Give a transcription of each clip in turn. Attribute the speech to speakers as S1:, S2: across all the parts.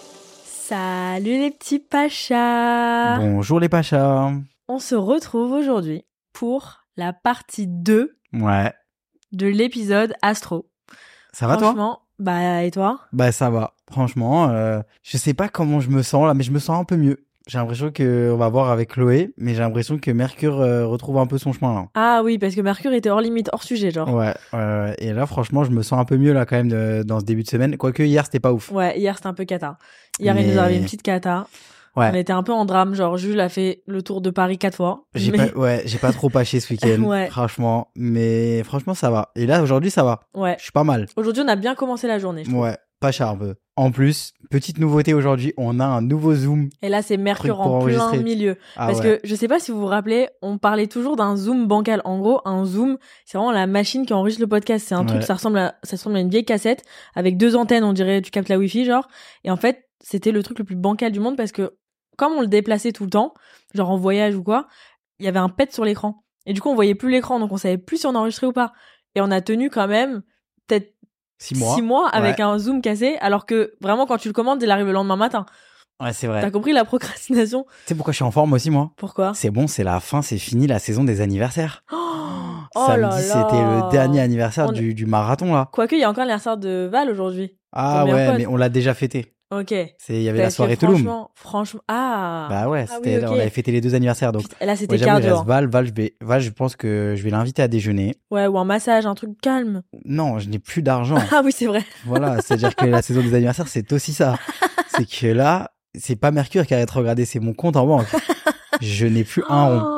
S1: Salut les petits pachas
S2: Bonjour les Pachas.
S1: On se retrouve aujourd'hui pour la partie 2
S2: Ouais.
S1: de l'épisode Astro.
S2: Ça va toi
S1: Franchement, bah et toi
S2: Bah ça va. Franchement, euh, je sais pas comment je me sens là, mais je me sens un peu mieux. J'ai l'impression que on va voir avec Chloé, mais j'ai l'impression que Mercure euh, retrouve un peu son chemin là.
S1: Ah oui, parce que Mercure était hors limite, hors sujet genre.
S2: Ouais, ouais, ouais. et là franchement, je me sens un peu mieux là quand même euh, dans ce début de semaine. Quoique hier c'était pas ouf.
S1: Ouais, hier c'était un peu cata. Hier il
S2: Mais-
S1: nous arrive une petite cata.
S2: Ouais.
S1: On était un peu en drame, genre Jules a fait le tour de Paris quatre fois.
S2: J'ai
S1: Mais-
S2: pas, ouais, j'ai pas trop pâché ce week-end,
S1: Ouais.
S2: franchement. Mais franchement ça va. Et là aujourd'hui ça va.
S1: Ouais.
S2: Je suis pas mal.
S1: Aujourd'hui on a bien commencé la journée. je trouve.
S2: Ouais, pas cher un peu. En plus, petite nouveauté aujourd'hui, on a un nouveau zoom.
S1: Et là c'est Mercure
S2: Truc pour
S1: en plein
S2: enregistrer.
S1: milieu.
S2: Ah
S1: Parce
S2: ouais.
S1: que je sais pas si vous vous rappelez, on parlait toujours d'un zoom bancal. En gros, un zoom, c'est vraiment la machine qui enregistre le podcast. C'est un truc,
S2: Ouais.
S1: ça ressemble à, ça ressemble à une vieille cassette avec deux antennes, on dirait tu captes la wifi genre. Et en fait, c'était le truc le plus bancal du monde parce que comme on le déplaçait tout le temps, genre en voyage ou quoi, il y avait un pet sur l'écran. Et du coup, on voyait plus l'écran, donc on savait plus si on enregistrait ou pas. Et on a tenu quand même peut-être
S2: six
S1: six
S2: mois.
S1: mois, avec un zoom cassé, alors que vraiment quand tu le commandes, il arrive le lendemain matin.
S2: Ouais, c'est vrai.
S1: T'as compris la procrastination
S2: Tu sais pourquoi je suis en forme aussi, moi
S1: Pourquoi
S2: C'est bon, c'est la fin, c'est fini la saison des anniversaires.
S1: Oh là là.
S2: Samedi, c'était le dernier anniversaire
S1: On-
S2: du, du marathon, là.
S1: Quoique, il y a encore l'anniversaire de Val aujourd'hui.
S2: Ah
S1: meilleur
S2: ouais,
S1: pote.
S2: mais on l'a déjà fêté.
S1: Ok.
S2: C'est- Il y avait la
S1: Parce que
S2: soirée Touloum.
S1: Franchement, franchement. Ah
S2: Bah ouais,
S1: Ah oui,
S2: c'était-
S1: ok.
S2: on avait fêté les deux anniversaires. Donc,
S1: Putain, Là, c'était
S2: ouais, j'avoue, il
S1: cardio. hein.
S2: reste Val. Val je, vais, Val, je pense que je vais l'inviter à déjeuner.
S1: Ouais, ou un massage, un truc calme.
S2: Non, je n'ai plus d'argent.
S1: Ah oui, c'est vrai.
S2: voilà, c'est-à-dire que la saison des anniversaires, c'est aussi ça. C'est que là, c'est pas Mercure qui a rétrogradé, c'est mon compte en banque. Je n'ai plus un rond.
S1: Oh,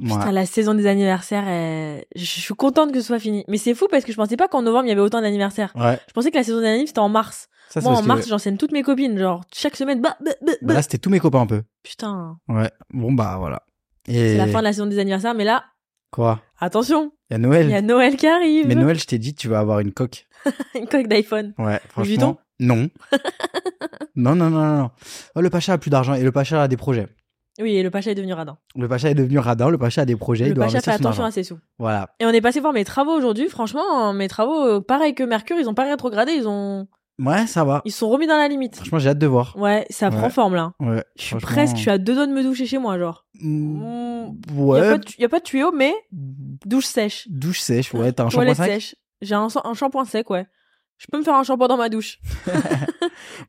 S2: Ouais.
S1: Putain, la saison des anniversaires, euh, je je suis contente que ce soit fini. Mais c'est fou parce que je pensais pas qu'en novembre, il y avait autant d'anniversaires.
S2: Ouais,
S1: Je pensais que la saison des anniversaires, c'était en mars.
S2: ça c'est
S1: Moi, en
S2: parce que-
S1: mars, j'enseigne toutes mes copines. Genre, chaque semaine, bah, bah, bah, bah.
S2: Bah, Là, c'était tous mes copains un peu.
S1: Putain,
S2: Ouais, bon bah voilà.
S1: c'est
S2: Et
S1: la fin de la saison des anniversaires. Mais là,
S2: quoi
S1: attention,
S2: Il y a Noël.
S1: il y a Noël qui arrive.
S2: Mais Noël, je t'ai dit, tu vas avoir une coque.
S1: Une coque d'iPhone.
S2: Ouais, franchement.
S1: Vuitton
S2: Non. non, non, non, non. non. Oh, le Pacha a plus d'argent et le Pacha a des projets.
S1: Oui, et le Pacha est devenu radin.
S2: Le Pacha est devenu radin, le Pacha a des projets,
S1: Le
S2: il doit
S1: Pacha fait
S2: investir son
S1: attention
S2: argent.
S1: à ses sous.
S2: Voilà.
S1: Et on est passé voir mes travaux aujourd'hui. Franchement, mes travaux, euh, pareil que Mercure, ils ont pas rétrogradé, ils ont,
S2: Ouais, ça va.
S1: ils se sont remis dans la limite.
S2: Franchement, j'ai hâte de voir.
S1: Ouais, ça
S2: Ouais.
S1: prend forme là.
S2: Ouais,
S1: Je suis presque, je suis à deux doigts de me doucher chez moi, genre. Mm. Y a,
S2: Mmh. Ouais.
S1: pas de tu- y a pas de tuyau, mais douche sèche,
S2: Douche sèche, ouais, t'as un shampoing
S1: toilette
S2: sec.
S1: sèche. J'ai un, sa- un shampoing sec, ouais. Je peux me faire un shampoing dans ma douche.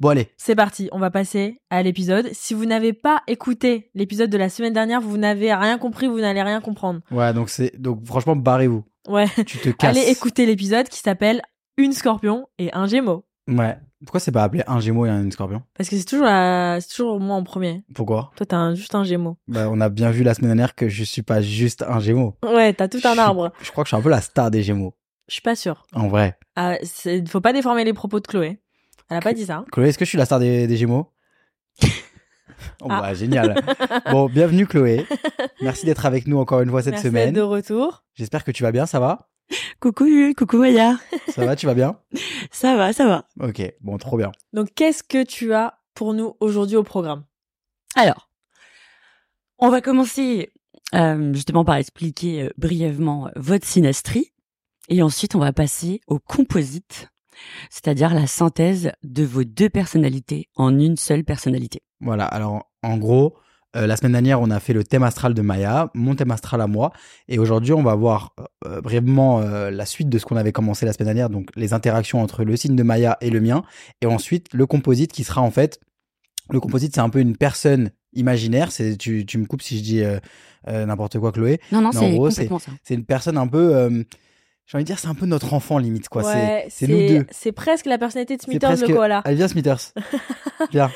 S2: Bon, allez.
S1: C'est parti, on va passer à l'épisode. Si vous n'avez pas écouté l'épisode de la semaine dernière, vous n'avez rien compris, vous n'allez rien comprendre.
S2: Ouais, donc c'est, donc franchement, barrez-vous.
S1: Ouais.
S2: Tu te casses.
S1: Allez écouter l'épisode qui s'appelle Une scorpion et un gémeau.
S2: Ouais. Pourquoi c'est pas appelé un Gémeaux et un Scorpion
S1: Parce que c'est toujours, la- c'est toujours moi en premier.
S2: Pourquoi
S1: Toi, t'as un- juste un gémeau.
S2: Bah, on a bien vu la semaine dernière que je suis pas juste un Gémeaux.
S1: Ouais, t'as tout
S2: Je
S1: un
S2: suis-
S1: arbre.
S2: Je, crois que je suis un peu la star des Gémeaux,
S1: Je suis pas sûre.
S2: en vrai.
S1: Ah, c'est- faut pas déformer les propos de Chloé. Elle a pas dit ça.
S2: Chloé, est-ce que je suis la star des, des Gémeaux Oh,
S1: Ah.
S2: bah, génial. Bon, bienvenue Chloé. Merci d'être avec nous encore une fois cette
S1: Merci
S2: semaine.
S1: d'être de retour.
S2: J'espère que tu vas bien, ça va
S3: Coucou Jules, coucou Maya.
S2: Ça va, tu vas bien
S3: Ça va, ça va.
S2: Ok, bon, trop bien.
S1: Donc, qu'est-ce que tu as pour nous aujourd'hui au programme
S3: Alors, on va commencer euh, justement par expliquer euh, brièvement votre synastrie et ensuite on va passer au composite, c'est-à-dire la synthèse de vos deux personnalités en une seule personnalité.
S2: Voilà, alors en gros, euh, la semaine dernière, on a fait le thème astral de Maya, mon thème astral à moi, et aujourd'hui, on va voir euh, brièvement euh, la suite de ce qu'on avait commencé la semaine dernière, donc les interactions entre le signe de Maya et le mien, et ensuite le composite qui sera en fait, le composite c'est un peu une personne imaginaire, c'est tu, tu me coupes si je dis euh, euh, n'importe quoi Chloé,
S3: Non, non,
S2: Mais en
S3: c'est
S2: gros, c'est-
S3: complètement ça.
S2: c'est une personne un peu, euh, j'ai envie de dire, c'est un peu notre enfant limite quoi, C'est-
S1: Ouais,
S2: c'est nous deux.
S1: C'est presque la personnalité de
S2: C'est
S1: Smithers,
S2: presque-
S1: le koala.
S2: Allez viens Smithers, viens,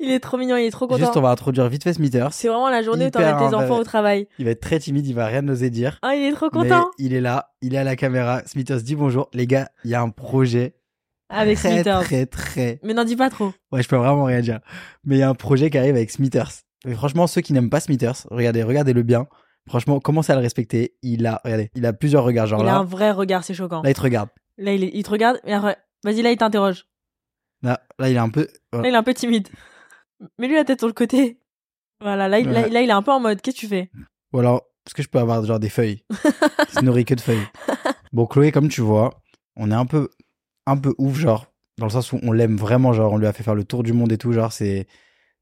S1: Il est trop mignon, il est trop content.
S2: Juste, on va introduire vite fait Smithers.
S1: C'est vraiment la journée où
S2: Hyper
S1: t'emmènes tes enfants
S2: intéressant.
S1: au travail.
S2: Il va être très timide, il va rien oser dire.
S1: Ah, il est trop
S2: Mais
S1: content
S2: il est là, il est à la caméra. Smithers dit bonjour. Les gars, il y a un projet
S1: avec
S2: très,
S1: Smithers.
S2: très, très.
S1: Mais n'en dis pas trop.
S2: Ouais, je peux vraiment rien dire. Mais il y a un projet qui arrive avec Smithers. Et franchement, ceux qui n'aiment pas Smithers, regardez, regardez-le bien. Franchement, commencez à le respecter. Il a, regardez, il a plusieurs regards. Genre
S1: il a
S2: là,
S1: un vrai regard, c'est choquant.
S2: là, il te regarde.
S1: Là, il, est- il te regarde, mais après, vas-y, là, il t'interroge.
S2: Là, là, il est un peu. euh,
S1: Là,
S2: voilà.
S1: il est un peu timide. Mais lui, la tête sur le côté. Voilà, là, il- là,
S2: Ouais.
S1: là, il est un peu en mode, qu'est-ce que tu fais
S2: Ou alors, est-ce que je peux avoir genre des feuilles Il se nourrit que de feuilles. Bon, Chloé, comme tu vois, on est un peu, un peu ouf, genre, dans le sens où on l'aime vraiment, genre, on lui a fait faire le tour du monde et tout, genre, c'est,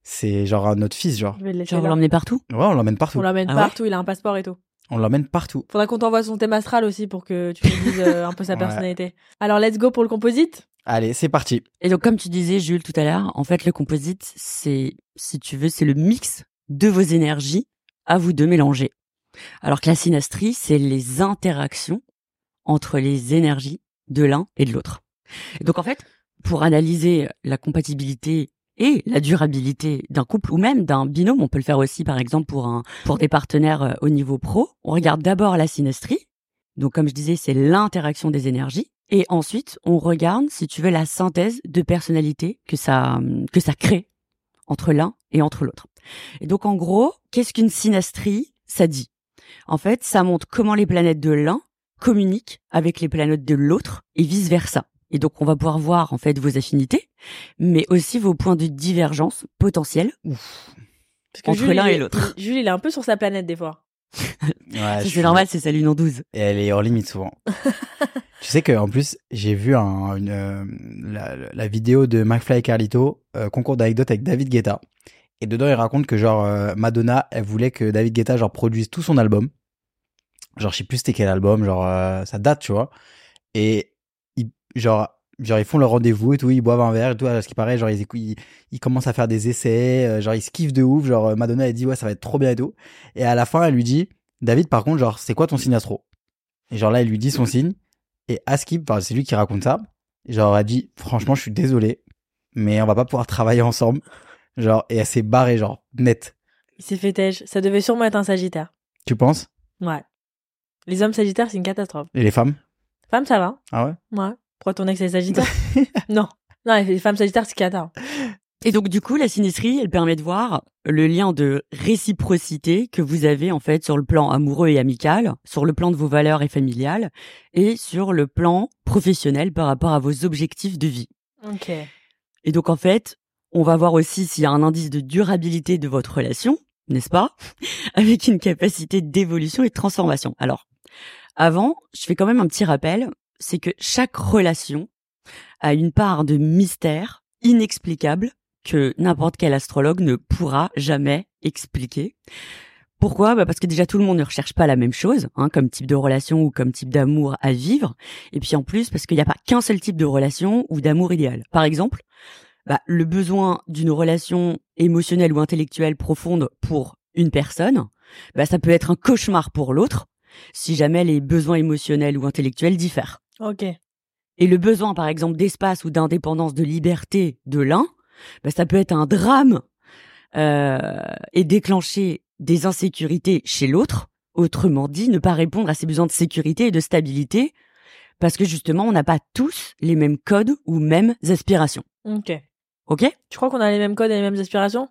S2: c'est genre notre fils, genre.
S1: Je vais le laisser
S3: Genre, on va
S1: là.
S3: l'emmener partout
S2: Ouais, on l'emmène partout.
S1: On l'emmène
S3: Ah ouais
S1: partout, il a un passeport et tout.
S2: On l'emmène partout.
S1: Faudra qu'on t'envoie son thème astral aussi pour que tu nous dises euh, un peu sa
S2: Ouais.
S1: personnalité. Alors, let's go pour le composite.
S2: Allez, c'est parti.
S3: Et donc, comme tu disais, Jules, tout à l'heure, en fait, le composite, c'est, si tu veux, c'est le mix de vos énergies à vous deux mélanger. Alors que la synastrie, c'est les interactions entre les énergies de l'un et de l'autre. Et Donc, en fait, pour analyser la compatibilité et la durabilité d'un couple ou même d'un binôme, on peut le faire aussi, par exemple, pour un, pour des partenaires euh, au niveau pro. On regarde d'abord la synastrie. Donc, comme je disais, c'est l'interaction des énergies. Et ensuite, on regarde, si tu veux, la synthèse de personnalité que ça, que ça crée entre l'un et entre l'autre. Et donc, en gros, qu'est-ce qu'une synastrie? Ça dit. En fait, ça montre comment les planètes de l'un communiquent avec les planètes de l'autre et vice versa. Et donc, on va pouvoir voir, en fait, vos affinités, mais aussi vos points de divergence potentiels.
S1: Parce
S3: Entre
S1: Jules,
S3: l'un
S1: il
S3: et
S1: est-
S3: l'autre.
S1: Jules, il est un peu sur sa planète des fois.
S2: Ouais,
S3: Ça,
S2: je
S3: c'est
S2: suis-
S3: normal, c'est sa lune en 12.
S2: Et elle est hors limite souvent. tu sais qu'en plus, j'ai vu un- une, euh, la, la vidéo de McFly et Carlito, euh, concours d'anecdotes avec David Guetta. Et dedans, il raconte que genre euh, Madonna, elle voulait que David Guetta genre produise tout son album. Genre, je sais plus c'était quel album, genre euh, ça date, tu vois. Et ils, genre, genre ils font leur rendez-vous et tout, ils boivent un verre et tout. À ce qui paraît, genre ils, écou- ils, ils commencent à faire des essais, euh, genre ils se kiffent de ouf. Genre euh, Madonna, elle dit ouais, ça va être trop bien et tout. Et à la fin, elle lui dit, David, par contre, genre c'est quoi ton signe astro et genre là, elle lui dit son signe. Et Askip, enfin, c'est lui qui raconte ça. Genre, elle dit, franchement, je suis désolé, mais on va pas pouvoir travailler ensemble. Genre, et elle s'est barrée, genre, net.
S1: Il s'est fait têche. Ça devait sûrement être un sagittaire.
S2: Tu penses
S1: Ouais. Les hommes sagittaires, c'est une catastrophe.
S2: Et les femmes
S1: Femme, ça va.
S2: Ah ouais
S1: Ouais. Pourquoi ton ex est sagittaire Non. Non, les femmes sagittaires, c'est cata. hein.
S3: Et donc, du coup, la sinistrie, elle permet de voir le lien de réciprocité que vous avez, en fait, sur le plan amoureux et amical, sur le plan de vos valeurs et familiales, et sur le plan professionnel par rapport à vos objectifs de vie.
S1: Ok.
S3: Et donc, en fait, on va voir aussi s'il y a un indice de durabilité de votre relation, n'est-ce pas? Avec une capacité d'évolution et de transformation. Alors, avant, je fais quand même un petit rappel, c'est que chaque relation a une part de mystère inexplicable que n'importe quel astrologue ne pourra jamais expliquer. Pourquoi bah Parce que déjà tout le monde ne recherche pas la même chose, hein, comme type de relation ou comme type d'amour à vivre. Et puis en plus, parce qu'il n'y a pas qu'un seul type de relation ou d'amour idéal. Par exemple, bah, le besoin d'une relation émotionnelle ou intellectuelle profonde pour une personne, bah, ça peut être un cauchemar pour l'autre si jamais les besoins émotionnels ou intellectuels diffèrent.
S1: Ok.
S3: Et le besoin, par exemple, d'espace ou d'indépendance, de liberté de l'un, bah, ça peut être un drame euh, et déclencher des insécurités chez l'autre. Autrement dit, ne pas répondre à ses besoins de sécurité et de stabilité, parce que justement, on n'a pas tous les mêmes codes ou mêmes aspirations.
S1: Ok.
S3: Ok
S1: Tu crois qu'on a les mêmes codes et les mêmes aspirations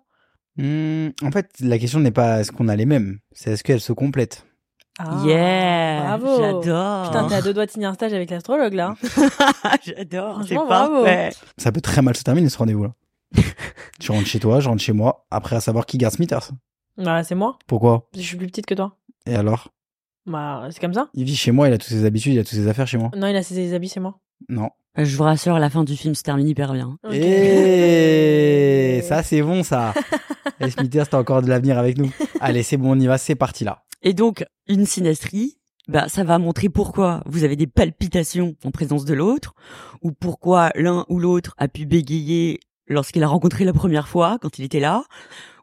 S2: Hmm, En fait, la question n'est pas est-ce qu'on a les mêmes, c'est est-ce qu'elles se complètent.
S3: Yeah
S1: Ah, bravo.
S3: J'adore
S2: Hein.
S1: Putain, t'es à deux doigts de signer un stage avec l'astrologue là.
S3: J'adore, c'est
S1: Franchement, bravo.
S3: parfait
S2: Ça peut très mal se terminer ce rendez-vous-là. tu rentres chez toi, je rentre chez moi, après à savoir qui garde Smithers.
S1: Bah, c'est moi.
S2: Pourquoi
S1: Je suis plus petite que toi.
S2: Et alors
S1: Bah, c'est comme ça.
S2: Il vit chez moi, il a toutes ses habitudes, il a toutes ses affaires chez moi.
S1: Non, il a ses habits, c'est moi.
S2: Non.
S3: Je vous rassure, la fin du film se termine hyper bien.
S1: Ok.
S2: Et Eh, ça, c'est bon, ça. Et Smithers, t'as encore de l'avenir avec nous. Allez, c'est bon, on y va, c'est parti là.
S3: Et donc, une synastrie, bah, ça va montrer pourquoi vous avez des palpitations en présence de l'autre, ou pourquoi l'un ou l'autre a pu bégayer lorsqu'il a rencontré la première fois, quand il était là,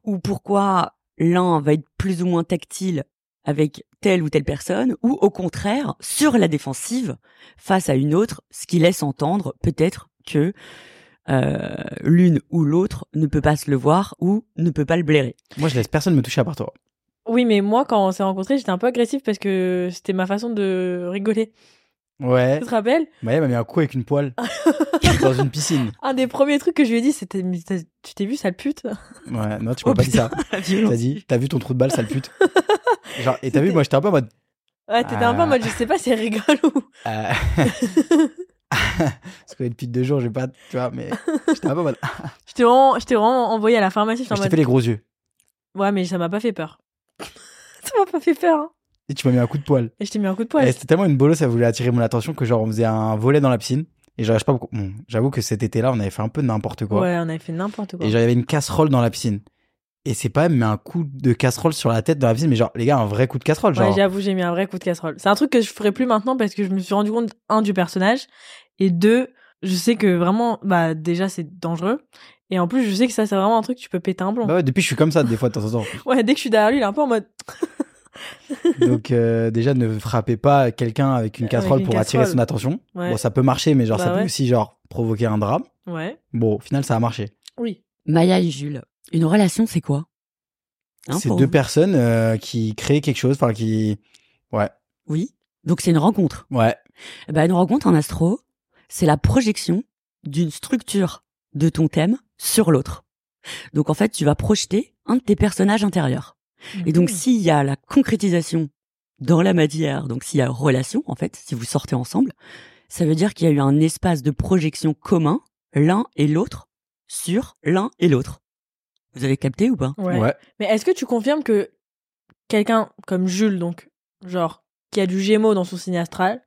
S3: ou pourquoi l'un va être plus ou moins tactile avec telle ou telle personne, ou au contraire, sur la défensive, face à une autre, ce qui laisse entendre peut-être que euh, l'une ou l'autre ne peut pas se le voir ou ne peut pas le blairer.
S2: Moi, je laisse personne me toucher à part toi.
S1: Oui, mais moi, quand on s'est rencontrés, j'étais un peu agressive parce que c'était ma façon de rigoler.
S2: Ouais.
S1: Tu te rappelles
S2: Maya m'a mis un coup avec une poêle dans une piscine.
S1: Un des premiers trucs que je lui ai dit, c'était Mais t'as- Tu t'es vu, sale pute
S2: Ouais, non, tu peux
S3: Oh,
S2: pas dire ça.
S3: La
S2: T'as
S3: violence.
S2: dit, t'as vu ton trou de balle, sale pute. Genre, et t'as vu, moi, j'étais un peu en mode.
S1: Ouais, t'étais
S2: Ah.
S1: un peu en mode, je sais pas si elle rigole ou.
S2: euh, Parce que depuis deux jours, j'ai pas. Tu vois, mais j'étais un peu en mode. ah,
S1: Je t'ai vraiment, je t'ai vraiment envoyé à la pharmacie. j'étais en
S2: Je t'ai
S1: mode,
S2: fait les gros yeux.
S1: Ouais, mais ça m'a pas fait peur. ça m'a pas fait peur. Hein.
S2: Et tu m'as mis un coup de poêle.
S1: Et je t'ai mis un coup de
S2: Et
S1: poil.
S2: c'était tellement une bolosse, ça voulait attirer mon attention que genre on faisait un volet dans la piscine. Et genre, je sais pas beaucoup. Bon, j'avoue que cet été-là, on avait fait un peu n'importe quoi.
S1: Ouais, on avait fait n'importe quoi.
S2: Et genre, il y avait une casserole dans la piscine. Et c'est pas même un coup de casserole sur la tête dans la piscine, mais genre, les gars, un vrai coup de casserole.
S1: Ouais,
S2: Genre,
S1: j'avoue, j'ai mis un vrai coup de casserole. C'est un truc que je ferais plus maintenant parce que je me suis rendu compte, un, du personnage, et deux, je sais que vraiment, bah, déjà, c'est dangereux. Et en plus, je sais que ça, c'est vraiment un truc, tu peux péter un plomb.
S2: bah ouais, depuis, je suis comme ça, des fois, de temps en temps.
S1: Ouais, dès que je suis derrière lui, il est un peu en mode.
S2: Donc, euh, déjà, ne frappez pas quelqu'un avec une
S1: Avec
S2: casserole
S1: une
S2: pour attirer
S1: casserole.
S2: son attention.
S1: Ouais.
S2: Bon, ça peut marcher, mais genre,
S1: Bah
S2: ça peut
S1: ouais.
S2: aussi, genre, provoquer un drame.
S1: Ouais.
S2: Bon, au final, ça a marché.
S1: Oui.
S3: Maya et Jules, une relation, c'est quoi Hein,
S2: c'est
S3: pour
S2: deux
S3: vous
S2: personnes euh, qui créent quelque chose, enfin, qui.
S3: Oui. Donc c'est une rencontre.
S2: Ouais.
S3: Eh ben, une rencontre en astro, c'est la projection d'une structure de ton thème sur l'autre. Donc en fait, tu vas projeter un de tes personnages intérieurs. Et donc s'il y a la concrétisation dans la matière, donc s'il y a relation en fait, si vous sortez ensemble, ça veut dire qu'il y a eu un espace de projection commun l'un et l'autre sur l'un et l'autre. Vous avez capté ou pas
S1: Ouais. Mais est-ce que tu confirmes que quelqu'un comme Jules, donc, genre, qui a du Gémeaux dans son signe astral,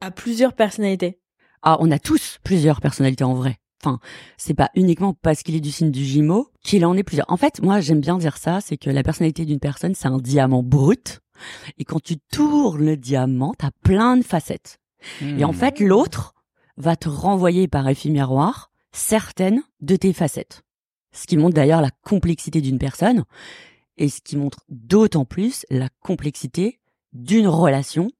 S1: a plusieurs personnalités
S3: Ah, on a tous plusieurs personnalités en vrai. Enfin, c'est pas uniquement parce qu'il est du signe du Gémeaux qu'il en est plusieurs. En fait, moi, j'aime bien dire ça, c'est que la personnalité d'une personne, c'est un diamant brut. Et quand tu tournes le diamant, t'as plein de facettes. Et en
S2: Hmm. Mmh.
S3: fait, l'autre va te renvoyer par effet miroir certaines de tes facettes. Ce qui montre d'ailleurs la complexité d'une personne et ce qui montre d'autant plus la complexité d'une relation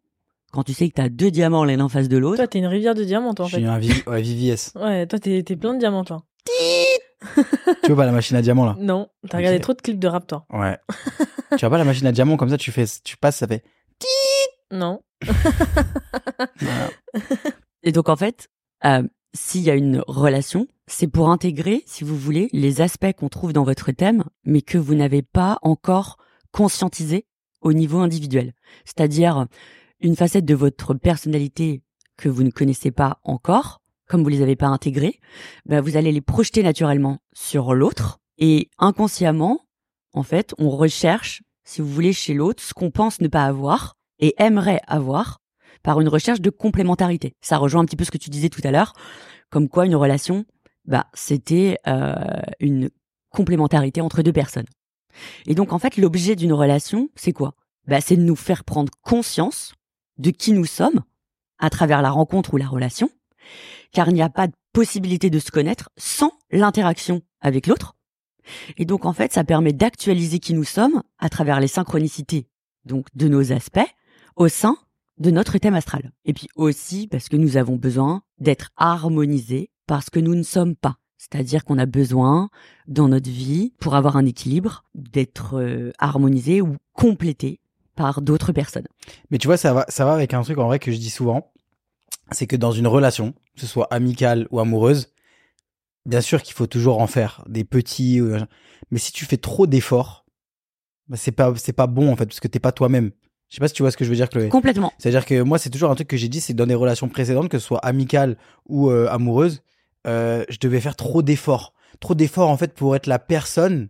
S3: quand tu sais que t'as deux diamants l'un en face de l'autre.
S1: Toi, t'es une rivière de diamants, toi, en
S2: J'ai
S1: fait.
S2: eu un vi- ouais, VVS.
S1: Ouais, toi, t'es t'es plein de diamants, toi.
S2: tu vois pas la machine à diamant, là
S1: Non, t'as
S2: Ok.
S1: regardé trop de clips de rap, toi.
S2: Ouais. tu vois pas la machine à diamant comme ça, tu fais, tu passes, ça fait.
S1: Non.
S2: Voilà.
S3: Et donc en fait, euh, s'il y a une relation, c'est pour intégrer, si vous voulez, les aspects qu'on trouve dans votre thème, mais que vous n'avez pas encore conscientisé au niveau individuel. C'est-à-dire une facette de votre personnalité que vous ne connaissez pas encore, comme vous les avez pas intégrées, bah, vous allez les projeter naturellement sur l'autre et inconsciemment, en fait, on recherche, si vous voulez, chez l'autre ce qu'on pense ne pas avoir et aimerait avoir par une recherche de complémentarité. Ça rejoint un petit peu ce que tu disais tout à l'heure, comme quoi une relation, bah, c'était euh, une complémentarité entre deux personnes. Et donc en fait, l'objet d'une relation, c'est quoi bah, C'est de nous faire prendre conscience de qui nous sommes à travers la rencontre ou la relation, car il n'y a pas de possibilité de se connaître sans l'interaction avec l'autre. Et donc en fait, ça permet d'actualiser qui nous sommes à travers les synchronicités, donc de nos aspects, au sein de notre thème astral. Et puis aussi parce que nous avons besoin d'être harmonisés parce que nous ne sommes pas. C'est-à-dire qu'on a besoin, dans notre vie, pour avoir un équilibre, d'être euh, harmonisé ou complété par d'autres personnes.
S2: Mais tu vois, ça va, ça va avec un truc en vrai que je dis souvent, c'est que dans une relation, que ce soit amicale ou amoureuse, bien sûr qu'il faut toujours en faire des petits, ou machin. mais si tu fais trop d'efforts, bah, c'est pas, c'est pas bon en fait, parce que t'es pas toi-même. Je sais pas si tu vois ce que je veux dire, Chloé.
S3: Complètement.
S2: C'est-à-dire que moi, c'est toujours un truc que j'ai dit, c'est que dans des relations précédentes, que ce soit amicales ou euh, amoureuses, euh, je devais faire trop d'efforts. Trop d'efforts, en fait, pour être la personne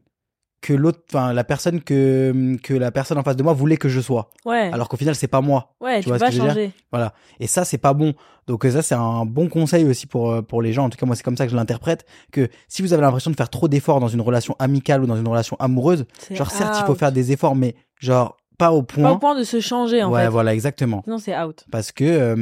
S2: que l'autre, enfin, la personne que, hum, que la personne en face de moi voulait que je sois.
S1: Ouais.
S2: Alors qu'au final, c'est pas moi.
S1: ouais,
S2: tu
S1: tu,
S2: vois
S1: peux
S2: ce
S1: pas
S2: que je veux dire
S1: changer.
S2: Et ça, c'est pas bon. Donc, euh, ça, c'est un bon conseil aussi pour, euh, pour les gens. En tout cas, moi, c'est comme ça que je l'interprète. Que si vous avez l'impression de faire trop d'efforts dans une relation amicale ou dans une relation amoureuse,
S1: C'est
S2: genre, certes, il faut
S1: out.
S2: faire des efforts, mais genre, pas au
S1: ah, Pas
S2: point.
S1: au point de se changer, en
S2: ouais,
S1: fait.
S2: voilà, exactement
S1: Sinon, c'est out.
S2: parce que euh,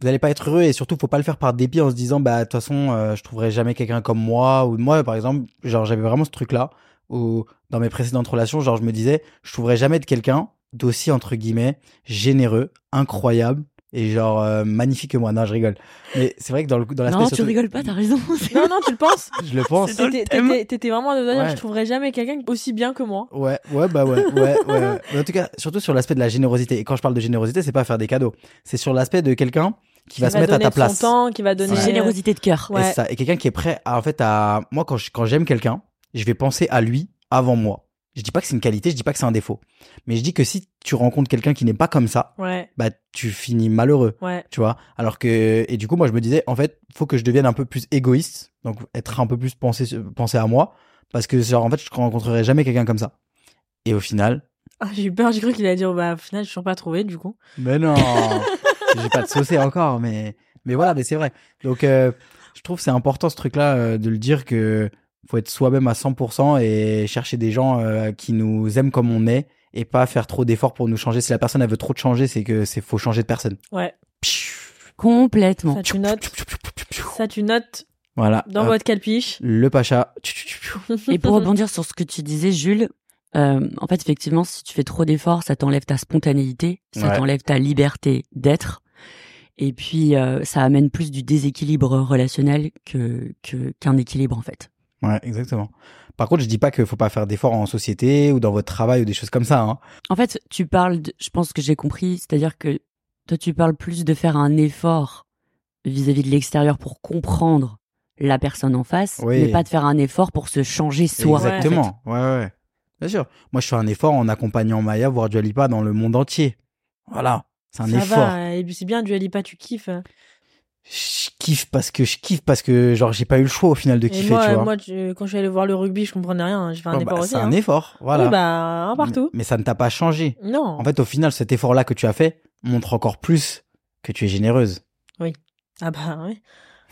S2: vous n'allez pas être heureux et surtout faut pas le faire par dépit en se disant bah de toute façon euh, je trouverai jamais quelqu'un comme moi ou moi par exemple genre j'avais vraiment ce truc là où dans mes précédentes relations genre je me disais je trouverai jamais de quelqu'un d'aussi entre guillemets généreux incroyable et genre euh, magnifique que moi. Non, je rigole. Mais c'est vrai que dans, le, dans l'aspect.
S3: Non, tu
S2: surtout-
S3: rigoles pas, t'as raison.
S1: Non, non, tu le penses.
S2: Je le pense.
S3: dans le
S1: T'étais-
S3: thème.
S1: T'étais t'étais vraiment à deux doigts de dire,
S2: Ouais.
S1: je trouverais jamais quelqu'un aussi bien que moi.
S2: Ouais, ouais, bah ouais, ouais, ouais, ouais. Mais en tout cas, surtout sur l'aspect de la générosité. Et quand je parle de générosité, c'est pas faire des cadeaux. C'est sur l'aspect de quelqu'un qui va se mettre à
S1: donner
S2: ta
S1: de
S2: place.
S1: Son temps, qui va
S3: C'est
S1: donner
S3: générosité de cœur.
S1: Ouais.
S2: Et, ça- et quelqu'un qui est prêt à, en fait, à, moi, quand je- quand j'aime quelqu'un, je vais penser à lui avant moi. Je dis pas que c'est une qualité, je dis pas que c'est un défaut. Mais je dis que si tu rencontres quelqu'un qui n'est pas comme ça,
S1: Ouais,
S2: bah, tu finis malheureux.
S1: ouais.
S2: Tu vois? Alors que, et du coup, moi, je me disais, en fait, faut que je devienne un peu plus égoïste. Donc, être un peu plus pensé, pensé à moi. Parce que, genre, en fait, je rencontrerai jamais quelqu'un comme ça. Et au final,
S1: Ah, j'ai eu peur, j'ai cru qu'il allait dire, bah, au final, je suis toujours pas trouvé, du coup.
S2: Mais non, j'ai pas de saucé encore, mais mais voilà, mais c'est vrai. Donc euh, je trouve que c'est important ce truc-là euh, de le dire que faut être soi-même à 100% et chercher des gens euh, qui nous aiment comme on est et pas faire trop d'efforts pour nous changer. Si la personne elle veut trop te changer, c'est que c'est faut changer de personne.
S1: Ouais.
S3: Complètement.
S1: Ça, tu notes. Ça, tu notes
S2: Voilà.
S1: dans
S2: Hop.
S1: votre calpiche.
S2: Le pacha.
S3: Et pour rebondir sur ce que tu disais, Jules, euh, en fait, effectivement, si tu fais trop d'efforts, ça t'enlève ta spontanéité, ça
S2: Ouais.
S3: t'enlève ta liberté d'être. Et puis, euh, ça amène plus du déséquilibre relationnel que que- qu'un équilibre, en fait.
S2: Ouais, exactement. Par contre, je dis pas qu'il faut pas faire d'efforts en société ou dans votre travail ou des choses comme ça. Hein.
S3: En fait, tu parles, de- je pense que j'ai compris, c'est-à-dire que toi, tu parles plus de faire un effort vis-à-vis de l'extérieur pour comprendre la personne en face,
S2: Oui.
S3: mais pas de faire un effort pour se changer soi. en fait.
S2: Exactement. Ouais, ouais, ouais. Bien sûr. Moi, je fais un effort en accompagnant Maya voir Dualipa dans le monde entier. Voilà. C'est un
S1: ça
S2: effort.
S1: va, et puis c'est bien, du Alipa, tu kiffes.
S2: Je kiffe parce que je kiffe parce que, genre, j'ai pas eu le choix au final de
S1: Et
S2: kiffer,
S1: moi,
S2: tu vois.
S1: moi je- quand je suis allée voir le rugby, je comprenais rien. hein. J'ai fait un
S2: Bon,
S1: effort
S2: bah,
S1: aussi.
S2: c'est un
S1: hein.
S2: effort. Voilà.
S1: Oui, bah, un partout.
S2: Mais, mais ça ne t'a pas changé.
S1: Non.
S2: En fait, au final, cet effort-là que tu as fait montre encore plus que tu es généreuse.
S1: Ah bah oui.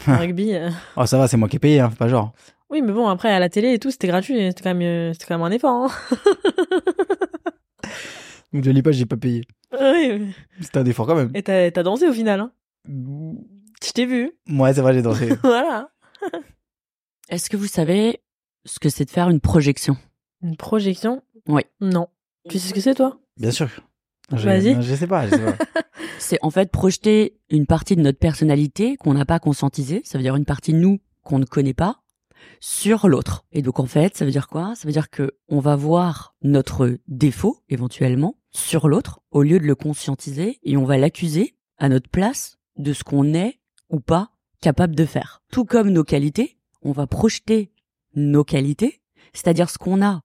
S1: Le rugby. euh.
S2: Oh, ça va, c'est moi qui ai payé, hein, c'est pas genre.
S1: Oui, mais bon, après, à la télé et tout, c'était gratuit. C'était quand, même, euh, c'était quand même un effort. hein.
S2: Donc, Dualipa, j'ai pas payé.
S1: oui.
S2: C'était un effort quand même.
S1: Et t'as t'as dansé au final. hein. Je t'ai vu.
S2: Ouais, c'est vrai, j'ai dansé.
S1: Voilà.
S3: Est-ce que vous savez ce que c'est de faire une projection
S1: Une projection
S3: Oui.
S1: Non. Tu sais ce que c'est, toi
S2: Bien sûr. Je-
S1: Vas-y.
S2: non, Je sais pas, je sais pas.
S3: C'est en fait projeter une partie de notre personnalité qu'on n'a pas conscientisée, ça veut dire une partie de nous qu'on ne connaît pas, sur l'autre. Et donc en fait, ça veut dire quoi Ça veut dire que on va voir notre défaut éventuellement sur l'autre au lieu de le conscientiser et on va l'accuser à notre place de ce qu'on est ou pas capable de faire. Tout comme nos qualités, on va projeter nos qualités, c'est-à-dire ce qu'on a,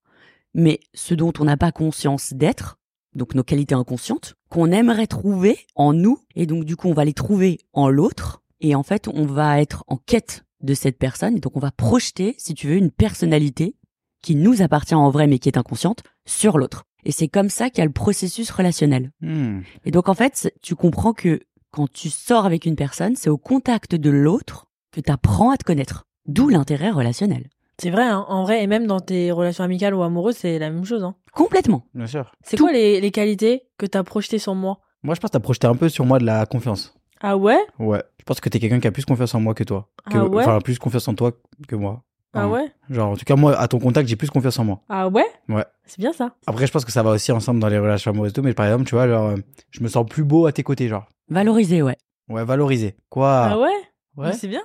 S3: mais ce dont on n'a pas conscience d'être donc nos qualités inconscientes, qu'on aimerait trouver en nous, et donc du coup on va les trouver en l'autre, et en fait on va être en quête de cette personne, et donc on va projeter, si tu veux, une personnalité qui nous appartient en vrai mais qui est inconsciente, sur l'autre. Et c'est comme ça qu'il y a le processus relationnel.
S2: Hmm.
S3: Et donc en fait, c'est- tu comprends que quand tu sors avec une personne, c'est au contact de l'autre que tu apprends à te connaître. D'où l'intérêt relationnel.
S1: C'est vrai, hein. en vrai, et même dans tes relations amicales ou amoureuses, c'est la même chose. Hein.
S3: Complètement.
S2: Bien sûr.
S1: C'est
S3: Tout.
S1: quoi les, les qualités que t'as projetées sur moi
S2: Moi, je pense que t'as projeté un peu sur moi de la confiance.
S1: Ah ouais
S2: Ouais. Je pense que t'es quelqu'un qui a plus confiance en moi que toi. Que-
S1: Ah ouais
S2: Enfin, plus confiance en toi que moi.
S1: Ah
S2: Enfin,
S1: ouais
S2: Genre, en tout cas, moi, à ton contact, j'ai plus confiance en moi.
S1: Ah ouais
S2: Ouais.
S1: C'est bien ça.
S2: Après, je pense que ça va aussi ensemble dans les relations amoureuses et tout, mais par exemple, tu vois, genre, euh, je me sens plus beau à tes côtés, genre.
S3: Valoriser, ouais.
S2: Ouais, valorisé. Quoi
S1: Ah, ouais
S2: Ouais.
S1: Mais C'est bien.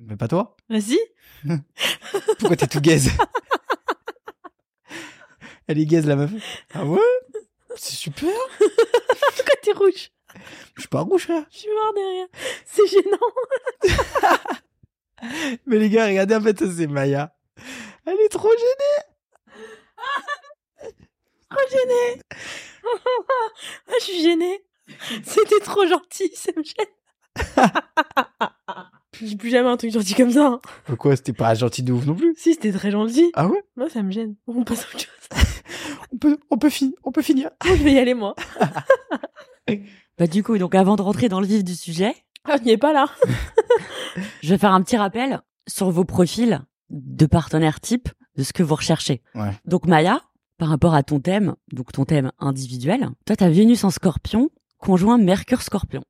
S2: Mais pas toi
S1: Mais si
S2: Pourquoi t'es tout gaze Elle est gaze, la meuf. Ah ouais C'est super
S1: Pourquoi t'es rouge
S2: Je suis pas rouge, frère.
S1: Je suis mort derrière. C'est gênant.
S2: Mais les gars, regardez, en fait, ça, c'est Maya. Elle est trop gênée.
S1: Trop gênée. Ah, Je suis gênée. C'était trop gentil, ça me gêne. Je dis plus jamais un truc gentil comme ça. hein.
S2: Pourquoi C'était pas gentil de ouf non plus.
S1: Si, c'était très gentil.
S2: Ah ouais
S1: Moi, ça me gêne. On passe à autre chose.
S2: on peut, on, peut fi- on peut finir.
S1: Je vais y aller, moi.
S3: Bah du coup, donc avant de rentrer dans le vif du sujet,
S1: Ah, on n'y est pas, là.
S3: Je vais faire un petit rappel sur vos profils de partenaires type de ce que vous recherchez.
S2: Ouais.
S3: Donc Maya, par rapport à ton thème, donc ton thème individuel, toi t'as Vénus en Scorpion, conjoint Mercure Scorpion.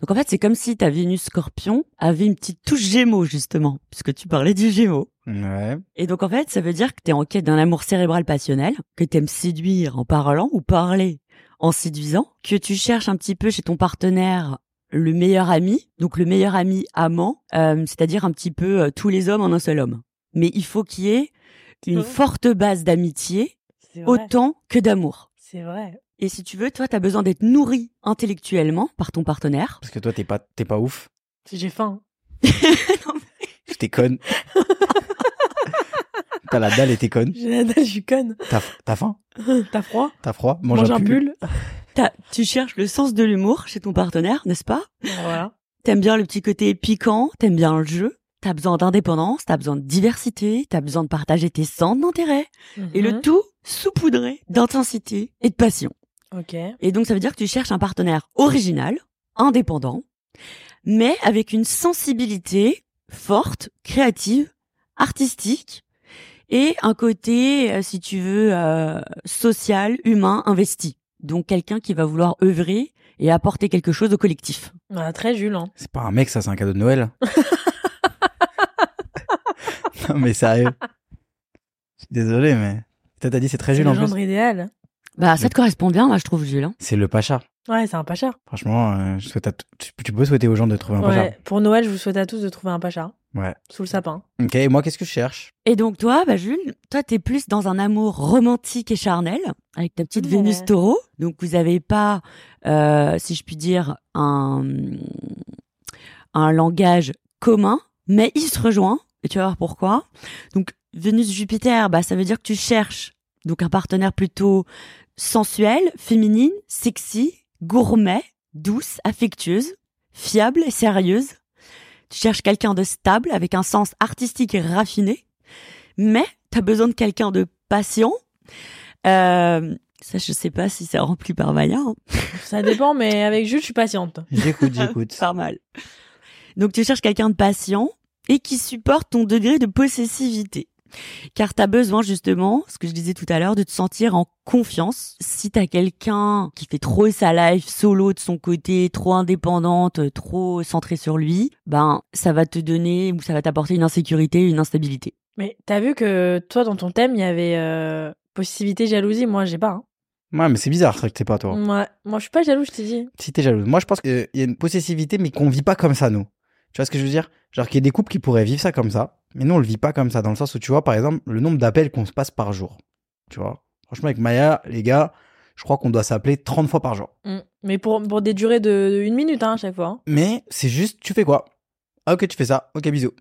S3: Donc en fait, c'est comme si ta Vénus Scorpion avait une petite touche Gémeaux justement, puisque tu parlais du Gémeaux.
S2: Ouais.
S3: Et donc en fait, ça veut dire que t'es en quête d'un amour cérébral passionnel, que t'aimes séduire en parlant ou parler en séduisant, que tu cherches un petit peu chez ton partenaire le meilleur ami, donc le meilleur ami amant, euh, c'est-à-dire un petit peu euh, tous les hommes en un seul homme. Mais il faut qu'il y ait une
S1: Mhm.
S3: forte base d'amitié
S1: C'est vrai.
S3: autant que d'amour.
S1: C'est vrai.
S3: Et si tu veux, toi, t'as besoin d'être nourri intellectuellement par ton partenaire.
S2: Parce que toi, t'es pas, t'es pas ouf.
S1: J'ai faim.
S2: T'es conne. T'as la dalle et t'es conne.
S1: J'ai la dalle, je suis conne.
S2: T'as t'as faim.
S1: T'as froid
S2: T'as froid. Mange,
S1: Mange un pull.
S3: T'as- tu cherches le sens de l'humour chez ton partenaire, n'est-ce pas
S1: Voilà.
S3: T'aimes bien le petit côté piquant, t'aimes bien le jeu. T'as besoin d'indépendance, t'as besoin de diversité, t'as besoin de partager tes centres d'intérêt. Et
S1: Mhm.
S3: le tout saupoudré d'intensité et de passion.
S1: Ok.
S3: Et donc, ça veut dire que tu cherches un partenaire original, indépendant, mais avec une sensibilité forte, créative, artistique et un côté, euh, si tu veux, euh, social, humain, investi. Donc, quelqu'un qui va vouloir œuvrer et apporter quelque chose au collectif.
S1: Bah, très Jules. hein.
S2: C'est pas un mec, ça, c'est un cadeau de Noël. non, mais sérieux. Je suis désolé, mais. Peut-être t'as dit c'est très
S1: C'est
S2: Jules
S1: le
S2: en plus.
S1: genre idéal.
S3: Bah, ça te correspond bien, moi, je trouve, Jules. hein.
S2: C'est le pacha.
S1: Ouais, c'est un pacha.
S2: Franchement, euh, je souhaite à t- tu, tu peux souhaiter aux gens de trouver un pacha.
S1: Ouais. Pour Noël, je vous souhaite à tous de trouver un pacha.
S2: Ouais.
S1: Sous le sapin.
S2: Ok, et moi, qu'est-ce que je cherche
S3: Et donc, toi, bah, Jules, toi, t'es plus dans un amour romantique et charnel, avec ta petite
S1: Ouais.
S3: Vénus taureau. Donc, vous avez pas, euh, si je puis dire, un, un langage commun, mais il se rejoint, et tu vas voir pourquoi. Donc, Vénus-Jupiter, bah, ça veut dire que tu cherches donc un partenaire plutôt sensuel, féminine, sexy, gourmet, douce, affectueuse, fiable et sérieuse. Tu cherches quelqu'un de stable, avec un sens artistique et raffiné, mais tu as besoin de quelqu'un de patient. Euh, ça, je sais pas si c'est rempli par Maya, hein.
S1: Ça dépend, mais avec Jules, je suis patiente.
S2: J'écoute, j'écoute.
S3: pas mal. Donc tu cherches quelqu'un de patient et qui supporte ton degré de possessivité. Car tu as besoin justement, ce que je disais tout à l'heure, de te sentir en confiance. Si tu as quelqu'un qui fait trop sa life solo de son côté, trop indépendante, trop centrée sur lui, ben ça va te donner ou ça va t'apporter une insécurité, une instabilité.
S1: Mais t'as vu que toi, dans ton thème, il y avait euh, possessivité, jalousie. Moi, j'ai pas. hein.
S2: Ouais, mais c'est bizarre, ça que t'es pas, toi.
S1: Moi, moi, je suis pas jaloux, je t'ai dit.
S2: Si t'es jalouse. Moi, je pense qu'il y a une possessivité, mais qu'on vit pas comme ça, nous. Tu vois ce que je veux dire Genre qu'il y a des couples qui pourraient vivre ça comme ça, mais nous, on le vit pas comme ça, dans le sens où, tu vois, par exemple, le nombre d'appels qu'on se passe par jour. Tu vois Franchement, avec Maya, les gars, je crois qu'on doit s'appeler 30 fois par jour.
S1: Mm. Mais pour, pour des durées de, de une minute hein, à chaque fois. hein.
S2: Mais c'est juste, tu fais quoi Ah, ok, tu fais ça. Ok, bisous.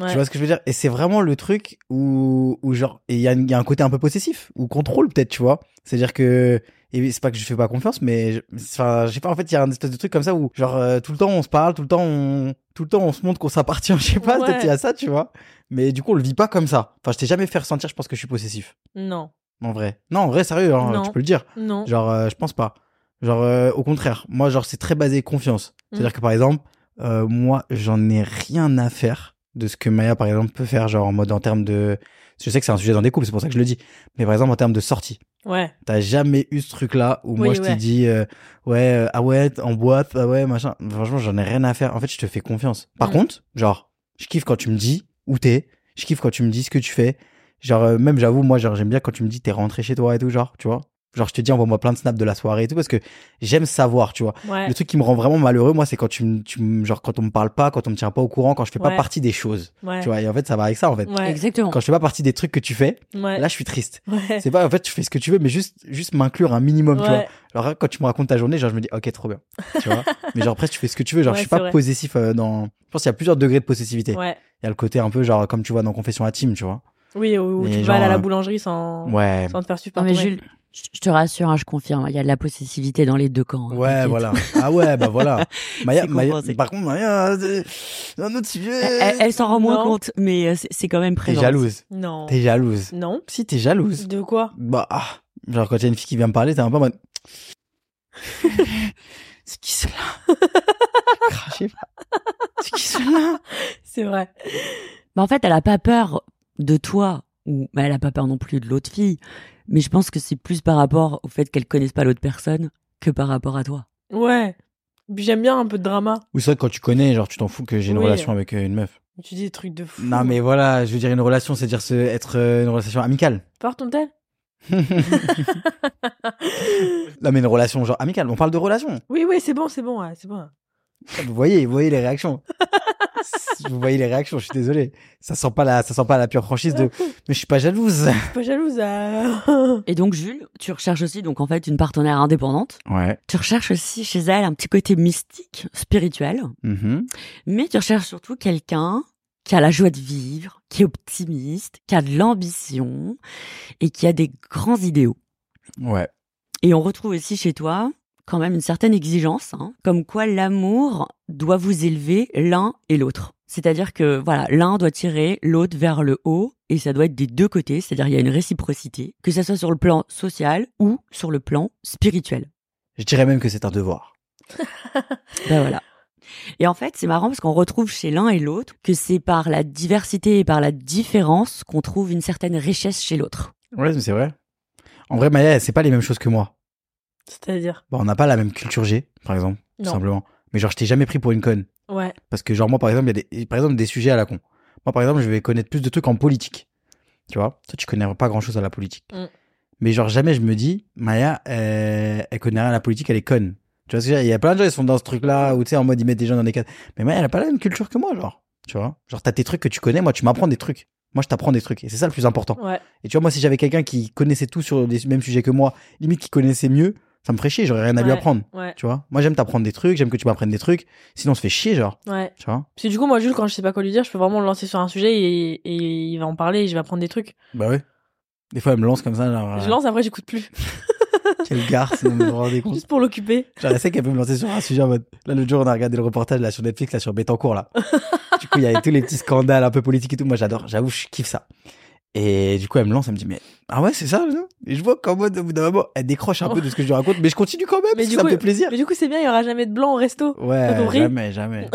S1: Ouais.
S2: Tu vois ce que je veux dire Et c'est vraiment le truc où, où genre, et il y, a une- il y a un côté un peu possessif, ou contrôle peut-être, tu vois. C'est-à-dire que, et c'est pas que je fais pas confiance, mais je- enfin, je sais pas, en fait, il y a un espèce de truc comme ça où, genre, euh, tout le temps on se parle, tout le temps on, tout le temps on se montre qu'on s'appartient, je sais pas,
S1: Ouais.
S2: peut-être il y a ça, tu vois. Mais du coup, on le vit pas comme ça. Enfin, je t'ai jamais fait ressentir, je pense que je suis possessif.
S1: Non,
S2: En vrai. Non, en vrai, sérieux, hein,
S1: Non.
S2: tu peux le dire.
S1: non.
S2: Genre, euh, je pense pas. Genre, euh, au contraire, moi, genre, c'est très basé confiance. C'est-à-dire que, par exemple, euh, moi, j'en ai rien à faire de ce que Maya, par exemple, peut faire, genre, en mode en termes de. Je sais que c'est un sujet dans des couples, c'est pour ça que je le dis. Mais par exemple, en termes de sortie,
S1: Ouais.
S2: t'as jamais eu ce truc-là où moi,
S1: Oui,
S2: je t'ai
S1: ouais.
S2: dit, euh, ouais, euh, ah ouais, t- en boîte, ah ouais, machin. Franchement, j'en ai rien à faire. En fait, je te fais confiance. Par
S1: Mm.
S2: contre, genre, je kiffe quand tu me dis où t'es, je kiffe quand tu me dis ce que tu fais. Genre, euh, même j'avoue, moi, genre, j'aime bien quand tu me dis t'es rentré chez toi et tout, genre, tu vois. Genre, je te dis, envoie-moi plein de snaps de la soirée et tout, parce que j'aime savoir, tu vois.
S1: Ouais.
S2: Le truc qui me rend vraiment malheureux, moi, c'est quand tu, me- tu me- genre, quand on me parle pas, quand on me tient pas au courant, quand je fais pas
S1: Ouais.
S2: partie des choses.
S1: Ouais.
S2: Tu vois, et en fait, ça va avec ça, en fait.
S1: Ouais.
S3: Exactement.
S2: Quand je fais pas partie des trucs que tu fais,
S1: Ouais.
S2: là, je suis triste.
S1: Ouais.
S2: C'est pas, en fait, tu fais ce que tu veux, mais juste, juste m'inclure un minimum, tu vois.
S1: Ouais.
S2: Alors, là, quand tu me racontes ta journée, genre, je me dis, ok, trop bien. Tu vois. mais genre, après, tu fais ce que tu veux. Genre,
S1: Ouais,
S2: je suis
S1: c'est
S2: pas
S1: vrai.
S2: possessif euh, dans, je pense qu'il y a plusieurs degrés de possessivité. Il
S1: Ouais.
S2: y a le côté un peu, genre, comme tu vois dans Confession intime, tu vois.
S1: Oui, ou, ou
S2: Mais
S1: tu
S2: genre,
S1: vas aller à
S2: euh,
S1: la boulangerie sans,
S2: Ouais.
S1: sans te faire suivre
S3: Non
S1: par
S3: mais
S1: ton mec.
S3: Jules, je je te rassure, hein, je confirme, il y a de la possessivité dans les deux camps. hein,
S2: Ouais,
S3: t'inquiète.
S2: voilà. Ah ouais, bah voilà. Maya,
S3: C'est
S2: Maya-
S3: compensé.
S2: par contre, Maya, euh, c'est un autre sujet.
S3: Elle, elle- elle s'en rend moins
S1: Non.
S3: compte, mais euh, c'est- c'est quand même
S2: T'es
S3: présent.
S2: jalouse.
S1: Non.
S2: T'es jalouse.
S1: Non.
S2: Si t'es jalouse,
S1: De quoi
S2: bah, ah, genre quand il y a une fille qui vient me parler, t'es un peu en mode. c'est qui celle-là Crachez pas. C'est qui celle-là
S1: C'est vrai.
S3: Bah, en fait, elle a pas peur de toi, ou bah, elle a pas peur non plus de l'autre fille. Mais je pense que c'est plus par rapport au fait qu'elle connaisse pas l'autre personne que par rapport à toi.
S1: Ouais. Puis j'aime bien un peu de drama.
S2: Ou ça, quand tu connais, genre tu t'en fous que j'ai une
S1: Oui.
S2: relation avec euh, une meuf.
S1: Tu dis des trucs de fou.
S2: Non, mais voilà, je veux dire une relation, c'est-à-dire se- être euh, une relation amicale.
S1: Porte ton tel
S2: non, mais une relation genre amicale. On parle de relation.
S1: Oui, oui, c'est bon, c'est bon. ouais, c'est bon.
S2: Vous voyez, vous voyez les réactions. vous voyez les réactions. Je suis désolé. Ça sent pas la, ça sent pas la pure franchise de. Mais je suis pas jalouse.
S1: Je suis pas jalouse. euh. à...
S3: Et donc, Jules, tu recherches aussi, donc en fait, une partenaire indépendante.
S2: Ouais.
S3: Tu recherches aussi chez elle un petit côté mystique, spirituel.
S2: Mhm.
S3: Mais tu recherches surtout quelqu'un qui a la joie de vivre, qui est optimiste, qui a de l'ambition et qui a des grands idéaux.
S2: Ouais.
S3: Et on retrouve aussi chez toi quand même une certaine exigence, hein, comme quoi l'amour doit vous élever l'un et l'autre. C'est-à-dire que voilà, l'un doit tirer l'autre vers le haut et ça doit être des deux côtés, c'est-à-dire il y a une réciprocité, que ça soit sur le plan social ou sur le plan spirituel.
S2: Je dirais même que c'est un devoir.
S3: Ben voilà. Et en fait, c'est marrant parce qu'on retrouve chez l'un et l'autre que c'est par la diversité et par la différence qu'on trouve une certaine richesse chez l'autre.
S2: Ouais, mais c'est vrai. En vrai, Maya, c'est pas les mêmes choses que moi.
S1: C'est-à-dire.
S2: Bon, on n'a pas la même culture G, par exemple, tout
S1: Non.
S2: simplement. Mais genre, je t'ai jamais pris pour une conne.
S1: Ouais.
S2: Parce que genre moi par exemple il y a des, par exemple des sujets à la con. Moi par exemple je vais connaître plus de trucs en politique. Tu vois, toi tu connais pas grand chose à la politique.
S1: Mm.
S2: Mais genre jamais je me dis Maya euh, elle connaît rien à la politique elle est conne. Tu vois ce que je veux dire il y a plein de gens ils sont dans ce truc
S1: Mm.
S2: là où tu sais en mode ils mettent des gens dans des cases. Mais Maya elle a pas la même culture que moi genre. Tu vois, genre t'as tes trucs que tu connais, moi tu m'apprends des trucs. Moi je t'apprends des trucs et c'est ça le plus important.
S1: Ouais.
S2: Et tu vois moi si j'avais quelqu'un qui connaissait tout sur les mêmes sujets que moi, limite qui connaissait mieux, ça me ferait chier, j'aurais rien à lui
S1: Ouais.
S2: apprendre.
S1: Ouais.
S2: Tu vois, moi j'aime t'apprendre des trucs, j'aime que tu m'apprennes des trucs, sinon on se fait chier genre,
S1: Ouais.
S2: tu vois.
S1: Parce que du coup, moi, Jules, quand je sais pas quoi lui dire, je peux vraiment le lancer sur un sujet et, et il va en parler et je vais apprendre des trucs.
S2: Bah ouais. Des fois, elle me lance comme ça. Genre, euh,
S1: Je lance, après, j'écoute plus.
S2: Quel garce, vous vous rendez compte
S1: Juste pour l'occuper.
S2: Genre, elle sait qu'elle peut me lancer sur un sujet en mode. Là, l'autre jour, on a regardé le reportage là, sur Netflix là, sur Bettencourt. Là. du coup, il y avait tous les petits scandales un peu politiques et tout. Moi, j'adore. J'avoue, je kiffe ça. Et du coup, elle me lance, elle me dit, mais ah ouais, c'est ça non Et je vois qu'en mode, au bout d'un moment, elle décroche un peu de ce que je lui raconte, mais je continue quand même,
S1: Mais
S2: parce
S1: du
S2: que ça
S1: coup-
S2: me fait plaisir.
S1: Mais du coup, c'est bien, il y aura jamais de blanc au resto. t'as
S2: Ouais,
S1: compris
S2: jamais, jamais.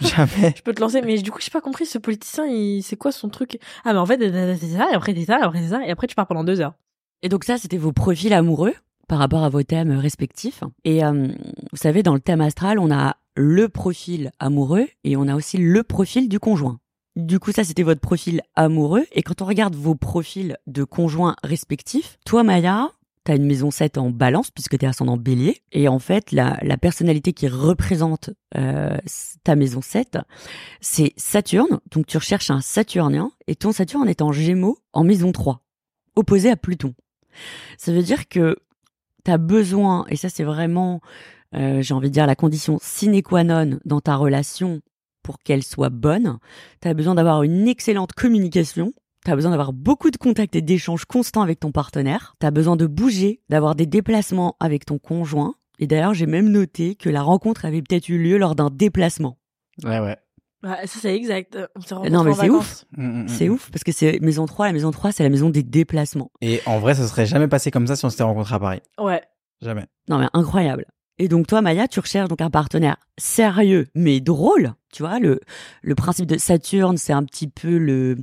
S2: jamais.
S1: Je peux te lancer, mais du coup, j'ai pas compris, ce politicien, il... c'est quoi son truc Ah, mais en fait, c'est ça, et après, c'est ça, et après, c'est ça, et après, tu pars pendant deux heures.
S3: Et donc ça, c'était vos profils amoureux par rapport à vos thèmes respectifs. Et euh, vous savez, dans le thème astral, on a le profil amoureux et on a aussi le profil du conjoint. Du coup, ça, c'était votre profil amoureux. Et quand on regarde vos profils de conjoints respectifs, toi, Maya, t'as une maison 7 en balance puisque t'es ascendant bélier. Et en fait, la, la personnalité qui représente euh, ta maison 7, c'est Saturne. Donc, tu recherches un Saturnien et ton Saturne est en gémeaux en maison 3 opposé à Pluton. Ça veut dire que tu as besoin, et ça c'est vraiment, euh, j'ai envie de dire, la condition sine qua non dans ta relation pour qu'elle soit bonne, tu as besoin d'avoir une excellente communication, tu as besoin d'avoir beaucoup de contacts et d'échanges constants avec ton partenaire, tu as besoin de bouger, d'avoir des déplacements avec ton conjoint, et d'ailleurs j'ai même noté que la rencontre avait peut-être eu lieu lors d'un déplacement.
S2: Ouais, ouais.
S1: Ouais, ça, c'est exact. On s'est rencontrés
S3: Non, mais
S1: en
S3: c'est
S1: vacances.
S2: Mm, mm,
S3: C'est
S2: mm.
S3: ouf, parce que c'est maison 3, la maison 3 c'est la maison des déplacements.
S2: Et en vrai, ça serait jamais passé comme ça si on s'était rencontrés à Paris.
S1: Ouais.
S2: Jamais.
S3: Non mais incroyable. Et donc toi Maya, tu recherches donc un partenaire sérieux mais drôle, tu vois le le principe de Saturne, c'est un petit peu le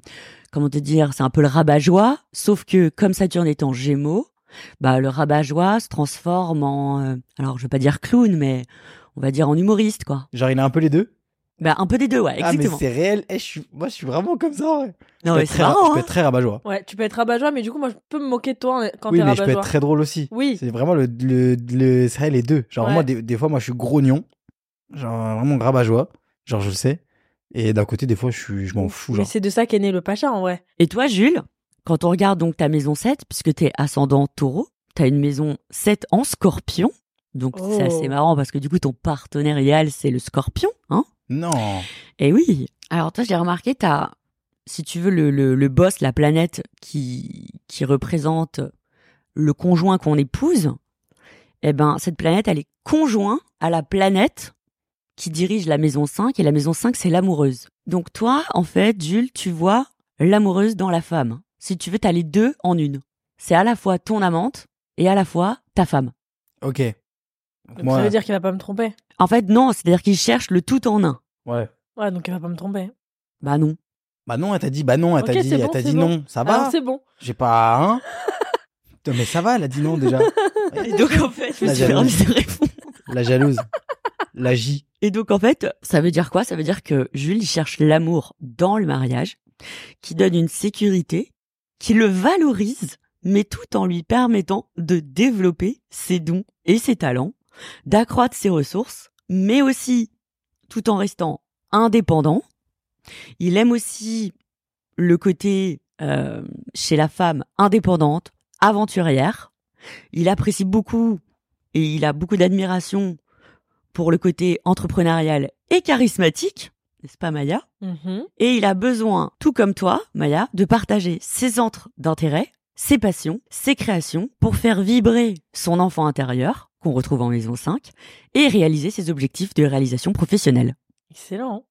S3: comment te dire, c'est un peu le rabat-joie, sauf que comme Saturne est en Gémeaux, bah le rabat-joie se transforme en euh, alors je veux pas dire clown mais on va dire en humoriste quoi.
S2: Genre, il a un peu les deux.
S3: Bah un peu des deux ouais,
S2: Ah, mais
S3: exactement.
S2: c'est réel. Eh, je suis... Moi, je suis vraiment comme ça. Ouais.
S3: non
S2: je peux
S3: mais
S2: être
S3: c'est
S2: très ra- je
S3: marrant.
S2: peux
S3: hein.
S2: être très rabat-joie.
S1: Ouais, tu peux être rabat-joie, mais du coup, moi, je peux me moquer de toi en- quand
S2: Oui,
S1: t'es
S2: mais je peux
S1: rabat-joie.
S2: être très drôle aussi.
S1: Oui.
S2: C'est vraiment le, le, le- c'est vrai, les deux. Genre,
S1: Ouais.
S2: moi, des, des fois, moi, je suis grognon. Genre, vraiment rabat-joie. Genre, je le sais. Et d'un côté, des fois, je, suis- je m'en fous.
S1: Mais
S2: Genre.
S1: c'est de ça qu'est né le Pacha, en vrai.
S3: Et toi Jules, quand on regarde donc ta maison 7 puisque tu es ascendant Taureau, tu as une maison 7 en Scorpion. Donc
S1: Oh.
S3: c'est assez marrant parce que du coup ton partenaire idéal c'est le Scorpion, hein
S2: Non.
S3: Eh oui. Alors toi, j'ai remarqué, t'as, si tu veux, le, le, le boss, la planète qui qui représente le conjoint qu'on épouse. Eh ben, cette planète, elle est conjointe à la planète qui dirige la maison 5, et la maison 5, c'est l'amoureuse. Donc toi, en fait, Jules, tu vois l'amoureuse dans la femme. Si tu veux, t'as les deux en une. C'est à la fois ton amante et à la fois ta femme.
S2: Ok. Donc,
S1: Donc,
S2: moi,
S1: ça veut dire qu'il va pas me tromper.
S3: En fait, non, c'est-à-dire qu'ils cherchent le tout en un.
S2: Ouais.
S1: Ouais, donc il va pas me tromper.
S3: Bah non.
S2: Bah non, elle t'a dit, bah non, elle
S1: Ok,
S2: t'a dit,
S1: c'est
S2: elle
S1: bon,
S2: t'a
S1: c'est
S2: dit
S1: bon.
S2: non. Ça
S1: Alors,
S2: va
S1: c'est bon.
S2: J'ai pas hein Putain, Mais ça va, elle a dit non déjà.
S3: Et donc en fait, je me
S2: La
S3: suis fait
S2: jalouse.
S3: remise de réponse.
S2: La jalouse. La J.
S3: Et donc en fait, ça veut dire quoi Ça veut dire que Jules il cherche l'amour dans le mariage, qui donne une sécurité, qui le valorise, mais tout en lui permettant de développer ses dons et ses talents, d'accroître ses ressources, mais aussi tout en restant indépendant. Il aime aussi le côté euh, chez la femme indépendante, aventurière. Il apprécie beaucoup et il a beaucoup d'admiration pour le côté entrepreneurial et charismatique, n'est-ce pas Maya
S1: Mhm.
S3: Et il a besoin, tout comme toi, Maya, de partager ses centres d'intérêt, ses passions, ses créations pour faire vibrer son enfant intérieur, qu'on retrouve en maison 5, et réaliser ses objectifs de réalisation professionnelle.
S1: Excellent.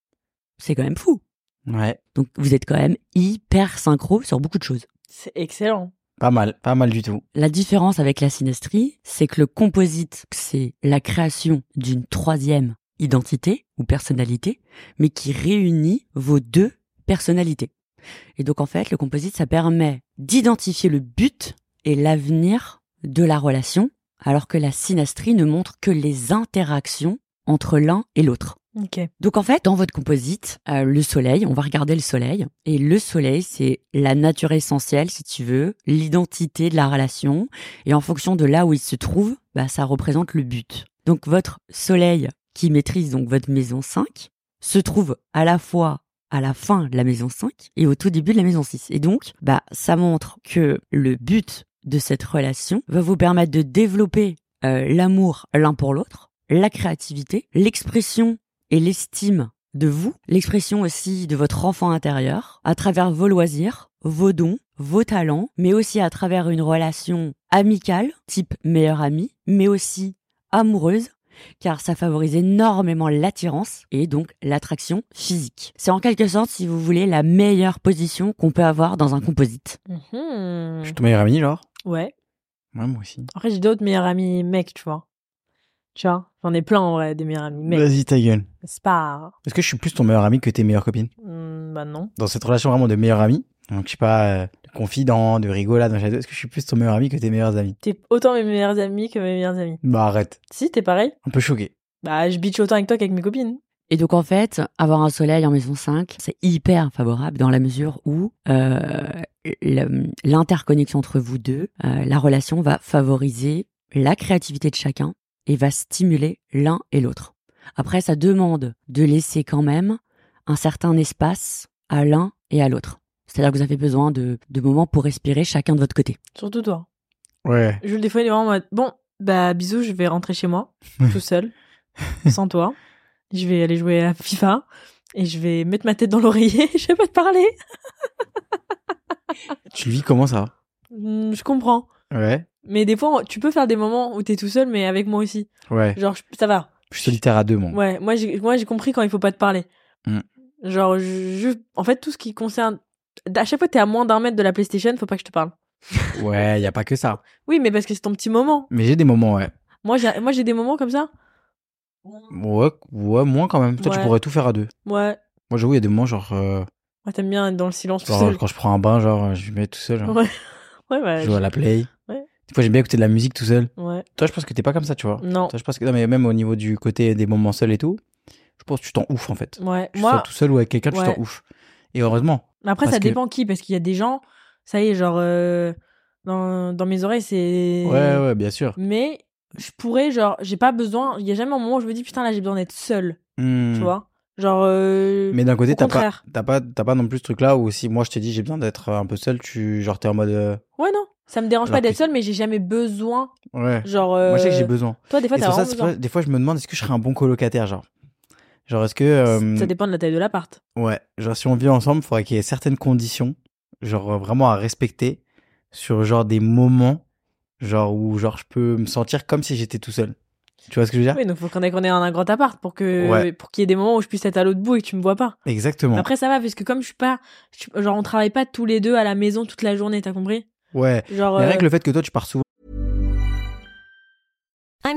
S3: C'est quand même fou.
S2: Ouais,
S3: Donc vous êtes quand même hyper synchro sur beaucoup de choses.
S1: C'est excellent.
S2: pas mal, pas mal du tout.
S3: La différence avec la synestrie, c'est que le composite, c'est la création d'une troisième identité ou personnalité, mais qui réunit vos deux personnalités. Et donc en fait, le composite, ça permet d'identifier le but et l'avenir de la relation, alors que la synastrie ne montre que les interactions entre l'un et l'autre.
S1: Ok.
S3: Donc en fait, dans votre composite, euh, le soleil, on va regarder le soleil. Et le soleil, c'est la nature essentielle, si tu veux, l'identité de la relation. Et en fonction de là où il se trouve, bah, ça représente le but. Donc votre soleil, qui maîtrise donc votre maison 5, se trouve à la fois à la fin de la maison 5 et au tout début de la maison 6. Et donc, bah, ça montre que le but de cette relation va vous permettre de développer euh, l'amour l'un pour l'autre, la créativité, l'expression et l'estime de vous, l'expression aussi de votre enfant intérieur, à travers vos loisirs, vos dons, vos talents, mais aussi à travers une relation amicale, type meilleur ami, mais aussi amoureuse, car ça favorise énormément l'attirance et donc l'attraction physique. C'est en quelque sorte, si vous voulez, la meilleure position qu'on peut avoir dans un composite.
S1: Mhm.
S2: Je suis ton meilleur ami, genre
S1: Ouais.
S2: Ouais, moi aussi.
S1: Après, j'ai d'autres meilleurs amis mecs, tu vois. Tu vois, j'en ai plein en vrai, des meilleurs amis mecs.
S2: Vas-y, ta gueule.
S1: C'est pas.
S2: Est-ce que je suis plus ton meilleur ami que tes meilleures copines
S1: Hmm, bah non.
S2: Dans cette relation vraiment de meilleur ami, donc je sais pas, euh, de confident, de rigolade, machin, est-ce que je suis plus ton meilleur ami que tes meilleurs amis
S1: T'es autant mes meilleurs amis que mes meilleurs amis.
S2: Bah arrête,
S1: Si, t'es pareil.
S2: un peu choqué.
S1: Bah, je bitch autant avec toi qu'avec mes copines.
S3: Et donc en fait, avoir un soleil en maison 5, c'est hyper favorable dans la mesure où euh, le- l'interconnexion entre vous deux, euh, la relation va favoriser la créativité de chacun et va stimuler l'un et l'autre. Après, ça demande de laisser quand même un certain espace à l'un et à l'autre. C'est-à-dire que vous avez besoin de, de moments pour respirer chacun de votre côté.
S1: Surtout toi.
S2: Ouais.
S1: Jules, des fois, il est vraiment en mode Bon, bah, bisous, je vais rentrer chez moi, tout seul, sans toi. Je vais aller jouer à FIFA et je vais mettre ma tête dans l'oreiller. je vais pas te parler.
S2: Tu le vis comment ça
S1: Hmm, je comprends.
S2: Ouais.
S1: Mais des fois, tu peux faire des moments où t'es tout seul, mais avec moi aussi.
S2: Ouais.
S1: Genre, je- ça va.
S2: Je suis solitaire à deux, moi.
S1: Ouais, moi, j'ai moi, j'ai compris quand il faut pas te parler.
S2: Mm.
S1: Genre, je, je- en fait, tout ce qui concerne. À chaque fois que t'es à moins d'un mètre de la PlayStation, faut pas que je te parle.
S2: Ouais, y a pas que ça.
S1: Oui, mais parce que c'est ton petit moment.
S2: Mais j'ai des moments, ouais.
S1: Moi, j'ai moi, j'ai des moments comme ça.
S2: Ouais, ouais, moins quand même. Toi, tu
S1: Ouais.
S2: pourrais tout faire à deux.
S1: Ouais.
S2: Moi, j'avoue, il y a des moments, genre, euh,
S1: Moi, t'aimes bien être dans le silence tout
S2: genre,
S1: seul.
S2: quand je prends un bain, genre, je me mets tout seul. genre,
S1: Ouais. Ouais, bah,
S2: je joue à la play.
S1: Ouais.
S2: Des fois, j'aime bien écouter de la musique tout seul.
S1: Ouais.
S2: Toi, je pense que t'es pas comme ça, tu vois.
S1: Non.
S2: Toi, je pense que, non, mais même au niveau du côté des moments seuls et tout, je pense que tu t'en ouf, en fait.
S1: Ouais.
S2: Tu sois
S1: Moi,
S2: tout seul ou avec quelqu'un, tu
S1: Ouais.
S2: t'en ouf. Et heureusement.
S1: mais après,
S2: parce
S1: ça
S2: que-
S1: dépend qui, parce qu'il y a des gens, ça y est, genre, euh, dans, dans mes oreilles, c'est.
S2: Ouais, ouais, bien sûr.
S1: Mais je pourrais, genre, j'ai pas besoin, il y a jamais un moment où je me dis, putain, là, j'ai besoin d'être seule,
S2: Hmm.
S1: tu vois. Genre. euh,
S2: Mais d'un côté,
S1: au
S2: t'as pas,
S1: contraire.
S2: t'as pas, t'as pas non plus ce truc-là où si moi, je te dis, j'ai besoin d'être un peu seul, tu, genre, t'es en mode, euh,
S1: Ouais, non. Ça me dérange
S2: Alors
S1: pas d'être
S2: que-
S1: seule, mais j'ai jamais besoin.
S2: ouais.
S1: Genre.
S2: Moi, je sais que
S1: euh,
S2: j'ai besoin.
S1: Toi, des fois,
S2: Et
S1: t'as
S2: sur ça,
S1: vraiment
S2: c'est
S1: besoin.
S2: pour- des fois, je me demande est-ce que je serais un bon colocataire, genre. Genre, est-ce que. euh,
S1: Ça dépend de la taille de l'appart.
S2: ouais, genre, si on vit ensemble, il faudrait qu'il y ait certaines conditions, genre, euh, vraiment à respecter, sur genre des moments, genre, où genre, je peux me sentir comme si j'étais tout seul. Tu vois ce que je veux dire
S1: Oui, donc faut qu'on ait, qu'on ait un grand appart pour que
S2: Ah. Ouais.
S1: pour qu'il y ait des moments où je puisse être à l'autre bout et que tu me vois pas.
S2: Exactement.
S1: Après, ça va, parce que comme je suis pas. je suis- genre, on travaille pas tous les deux à la maison toute la journée, t'as compris
S2: Ouais.
S1: Genre.
S2: Mais
S1: euh,
S2: rien que le fait que toi, tu pars souvent
S4: I'm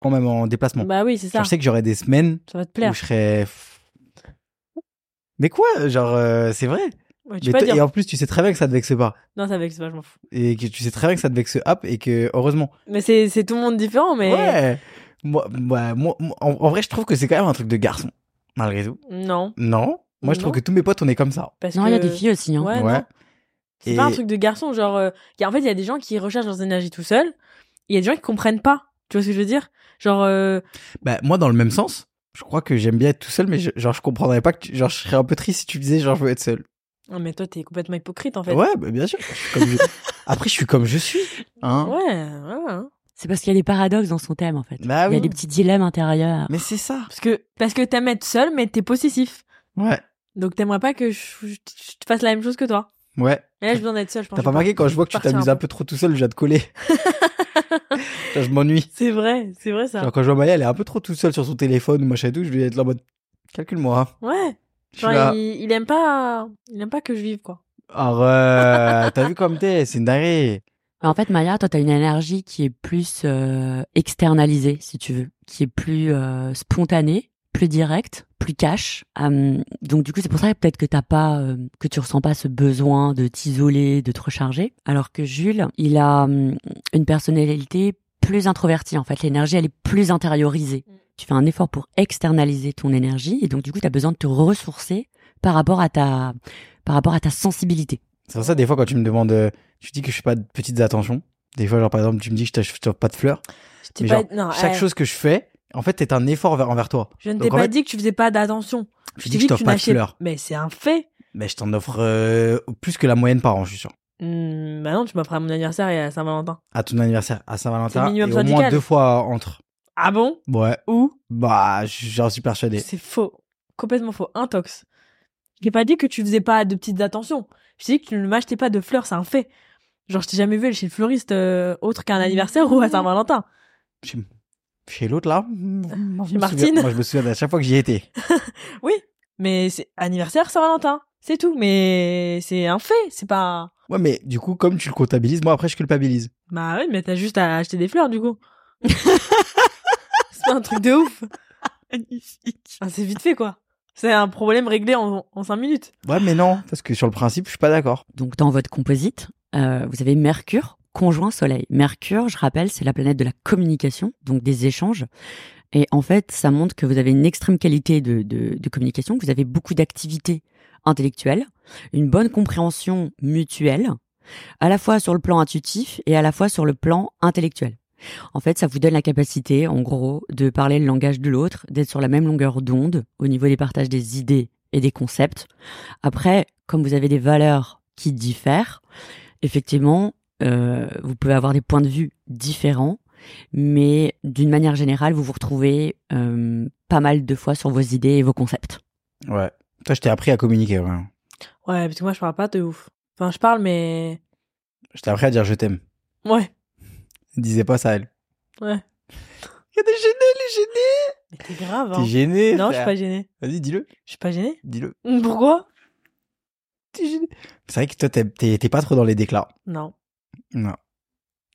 S2: prends même en déplacement.
S1: Bah oui, c'est ça.
S2: Genre, je sais que j'aurai des semaines
S1: Ça va te
S2: où
S1: plaire.
S2: je serai. Mais quoi Genre, euh, c'est vrai.
S1: Ouais, tu peux
S2: Mais
S1: pas
S2: toi-
S1: dire.
S2: et en plus, tu sais très bien que ça te vexe pas.
S1: Non, ça vexe pas, je m'en fous.
S2: Et que tu sais très bien que ça te vexe up et que, heureusement.
S1: Mais c'est c'est tout le monde différent, mais.
S2: Ouais. Moi, moi, moi- moi- en, en vrai, je trouve que c'est quand même un truc de garçon, malgré tout.
S1: Non.
S2: Non. Moi, je trouve
S1: Non.
S2: que tous mes potes, on est comme ça.
S1: Parce
S3: Non,
S1: que...
S3: il y a des filles aussi. Hein.
S1: Ouais,
S2: Ouais.
S1: non. C'est pas un
S2: Et-
S1: truc de garçon, genre. euh, y a- en fait, il y a des gens qui recherchent leurs énergies tout seuls. Il y a des gens qui comprennent pas. Tu vois ce que je veux dire Genre. euh,
S2: Bah, moi, dans le même sens, je crois que j'aime bien être tout seul, mais je, genre, je comprendrais pas que tu- genre, je serais un peu triste si tu me disais, genre, je veux être seul.
S1: Non, mais toi, t'es complètement hypocrite, en fait.
S2: Ouais, bah, bien sûr. Je suis comme je- Après, je suis comme je suis. Hein.
S1: Ouais, ouais, ouais.
S3: C'est parce qu'il y a des paradoxes dans son thème, en fait.
S2: Bah
S1: ah
S3: Il y a
S2: oui.
S3: des petits dilemmes intérieurs.
S2: Mais c'est ça.
S1: Parce que, parce que t'aimes être seul, mais t'es possessif.
S2: Ouais.
S1: Donc t'aimerais pas que je, je- je te fasse la même chose que toi.
S2: Ouais.
S1: Mais là, j'ai besoin d'être seul, je pense.
S2: T'as pas
S1: Je vais
S2: remarqué quand je vois que tu
S1: partir
S2: t'amuses
S1: un
S2: un peu trop tout seul, je viens te coller. Genre, je m'ennuie.
S1: C'est vrai, c'est vrai ça.
S2: Genre, quand je vois Maya, elle est un peu trop tout seule sur son téléphone ou machin et tout, je vais être là en mode, calcule-moi.
S1: Ouais.
S2: Je suis là.
S1: Genre, il, il aime pas, il aime pas que je vive, quoi.
S2: Arrête, t'as vu comme t'es, c'est une dinguerie.
S3: Mais Bah, en fait, Maya, toi, t'as une énergie qui est plus euh, externalisée, si tu veux, qui est plus euh, spontanée, plus directe, plus cash. Hum, donc, du coup, c'est pour ça que peut-être que t'as pas, euh, que tu ressens pas ce besoin de t'isoler, de te recharger. Alors que Jules, il a hum, une personnalité plus introvertie. En fait, l'énergie, elle est plus intériorisée. Tu fais un effort pour externaliser ton énergie, et donc, du coup, t'as besoin de te ressourcer par rapport à ta, par rapport à ta sensibilité.
S2: C'est pour ça, des fois, quand tu me demandes, euh, tu dis que je fais pas de petites attentions. Des fois, genre, par exemple, tu me dis que je t'ach- je t'offre pas de fleurs.
S1: Je t'ai
S2: Mais
S1: pas,
S2: genre,
S1: non,
S2: chaque
S1: eh,
S2: chose que je fais, en fait, est un effort envers, envers toi.
S1: je ne
S2: Donc,
S1: t'ai
S2: en
S1: pas
S2: fait,
S1: dit que tu faisais pas d'attention.
S2: Je
S1: t'ai
S2: dis que je t'offre pas de
S1: n'achetais-
S2: fleurs.
S1: Mais c'est un fait.
S2: Mais je t'en offre euh, plus que la moyenne par an, je suis sûr.
S1: Hmm, bah non, tu m'offres à mon anniversaire et à Saint-Valentin.
S2: À ton anniversaire, à
S1: C'est
S2: Saint-Valentin, et
S1: minimum
S2: au moins
S1: syndical.
S2: deux fois entre.
S1: Ah bon?
S2: Ouais.
S1: Où?
S2: Bah, j'en suis persuadé.
S1: C'est faux. Complètement faux. Intox. Je t'ai pas dit que tu faisais pas de petites attentions. Je t'ai dit que tu ne m'achetais pas de fleurs, c'est un fait. Genre, je t'ai jamais vu aller chez le fleuriste euh, autre qu'à un anniversaire ou à Saint-Valentin.
S2: Chez, chez l'autre, là Moi, je
S1: Chez
S2: me
S1: Martine.
S2: souviens- Moi, je me souviens à chaque fois que j'y étais.
S1: Mais c'est anniversaire Saint-Valentin. C'est tout. Mais c'est un fait. C'est pas.
S2: Ouais, mais du coup, comme tu le comptabilises, moi, après, je culpabilise.
S1: Bah oui, mais t'as juste à acheter des fleurs du coup. c'est pas un truc de ouf.
S3: Magnifique.
S1: Enfin, c'est vite fait quoi. C'est un problème réglé en, en 5 minutes.
S2: Ouais, mais non, parce que sur le principe, je suis pas d'accord.
S3: Donc dans votre composite, euh, vous avez Mercure conjoint Soleil. Mercure, je rappelle, c'est la planète de la communication, donc des échanges. Et en fait, ça montre que vous avez une extrême qualité de, de- de communication, que vous avez beaucoup d'activités intellectuelles, une bonne compréhension mutuelle, à la fois sur le plan intuitif et à la fois sur le plan intellectuel. En fait, ça vous donne la capacité, en gros, de parler le langage de l'autre, d'être sur la même longueur d'onde au niveau des partages des idées et des concepts. Après, comme vous avez des valeurs qui diffèrent, effectivement, euh, vous pouvez avoir des points de vue différents, mais d'une manière générale, vous vous retrouvez euh, pas mal de fois sur vos idées et vos concepts.
S2: Ouais. Toi, je t'ai appris à communiquer, ouais.
S1: Ouais, parce que moi je parle pas de ouf. Enfin, je parle, mais.
S2: Je t'ai appris à dire je t'aime.
S1: Ouais.
S2: Disais pas ça, elle.
S1: Ouais.
S2: Elle est gênée, elle est gênée.
S1: Mais t'es grave, hein.
S2: T'es gênée.
S1: Non, je suis
S2: frère.
S1: pas gênée.
S2: Vas-y, dis-le.
S1: Je suis pas gênée.
S2: Dis-le.
S1: Pourquoi
S2: T'es gênée. C'est vrai que toi, t'es- t'es t'es pas trop dans les déclats.
S1: Non.
S2: Non.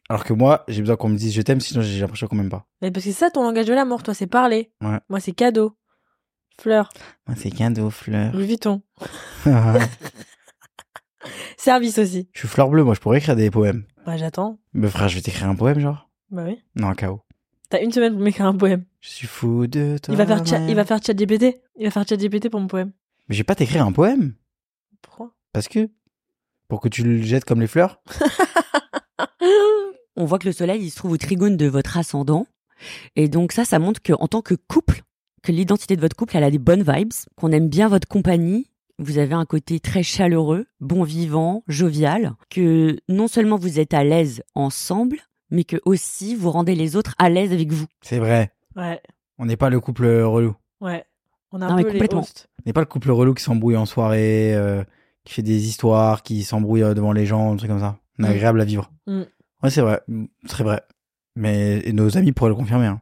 S2: Alors que moi, j'ai besoin qu'on me dise je t'aime, sinon j'ai l'impression qu'on m'aime pas.
S1: Mais parce que c'est ça ton langage de l'amour, toi c'est parler.
S2: Ouais.
S1: Moi c'est cadeau. Fleur,
S2: Moi, c'est qu'un de fleurs.
S1: Louis Vuitton.
S2: je
S1: Service aussi.
S2: suis fleur bleue, moi, je pourrais écrire des poèmes.
S1: Bah j'attends.
S2: Mais frère, je vais t'écrire un poème, genre
S1: Bah oui.
S2: Non, KO.
S1: T'as une semaine pour m'écrire un poème.
S2: Je suis fou de toi.
S1: Il va faire tcha-
S2: ouais.
S1: il va faire chat GPT. Il va faire chat GPT pour mon poème.
S2: Mais je vais pas t'écrire un poème.
S1: Pourquoi
S2: Parce que. Pour que tu le jettes comme les fleurs
S3: On voit que le Soleil, il se trouve au trigone de votre ascendant, et donc ça, ça montre que en tant que couple, que l'identité de votre couple, elle a des bonnes vibes, qu'on aime bien votre compagnie. Vous avez un côté très chaleureux, bon vivant, jovial, que non seulement vous êtes à l'aise ensemble, mais que aussi vous rendez les autres à l'aise avec vous.
S2: C'est vrai.
S1: Ouais,
S2: On n'est pas le couple relou.
S1: ouais. On a
S3: Non,
S1: un
S3: mais
S1: peu les
S3: complètement.
S1: hosts.
S2: On n'est pas le couple relou qui s'embrouille en soirée, euh, qui fait des histoires, qui s'embrouille euh, devant les gens, un truc comme ça. On est
S1: Mm.
S2: agréable à vivre.
S1: Mm.
S2: Ouais, c'est vrai. Mm, Très vrai. Mais et nos amis pourraient le confirmer. Hein.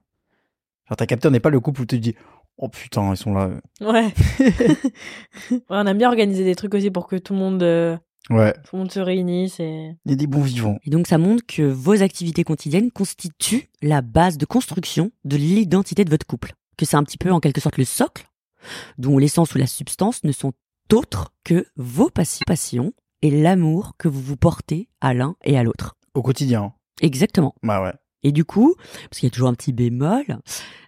S2: Genre, t'as capté, on n'est pas le couple où tu te dis Oh putain, ils sont là.
S1: Ouais. Ouais, on aime bien organiser des trucs aussi pour que tout le monde euh,
S2: Ouais.
S1: Tout le monde se réunit, c'est.
S2: Il y a des bons vivants.
S3: Et donc, ça montre que vos activités quotidiennes constituent la base de construction de l'identité de votre couple. Que c'est un petit peu, en quelque sorte, le socle, dont l'essence ou la substance ne sont autres que vos passi- passions et l'amour que vous vous portez à l'un et à l'autre.
S2: Au quotidien.
S3: Exactement.
S2: Bah ouais.
S3: Et du coup, parce qu'il y a toujours un petit bémol,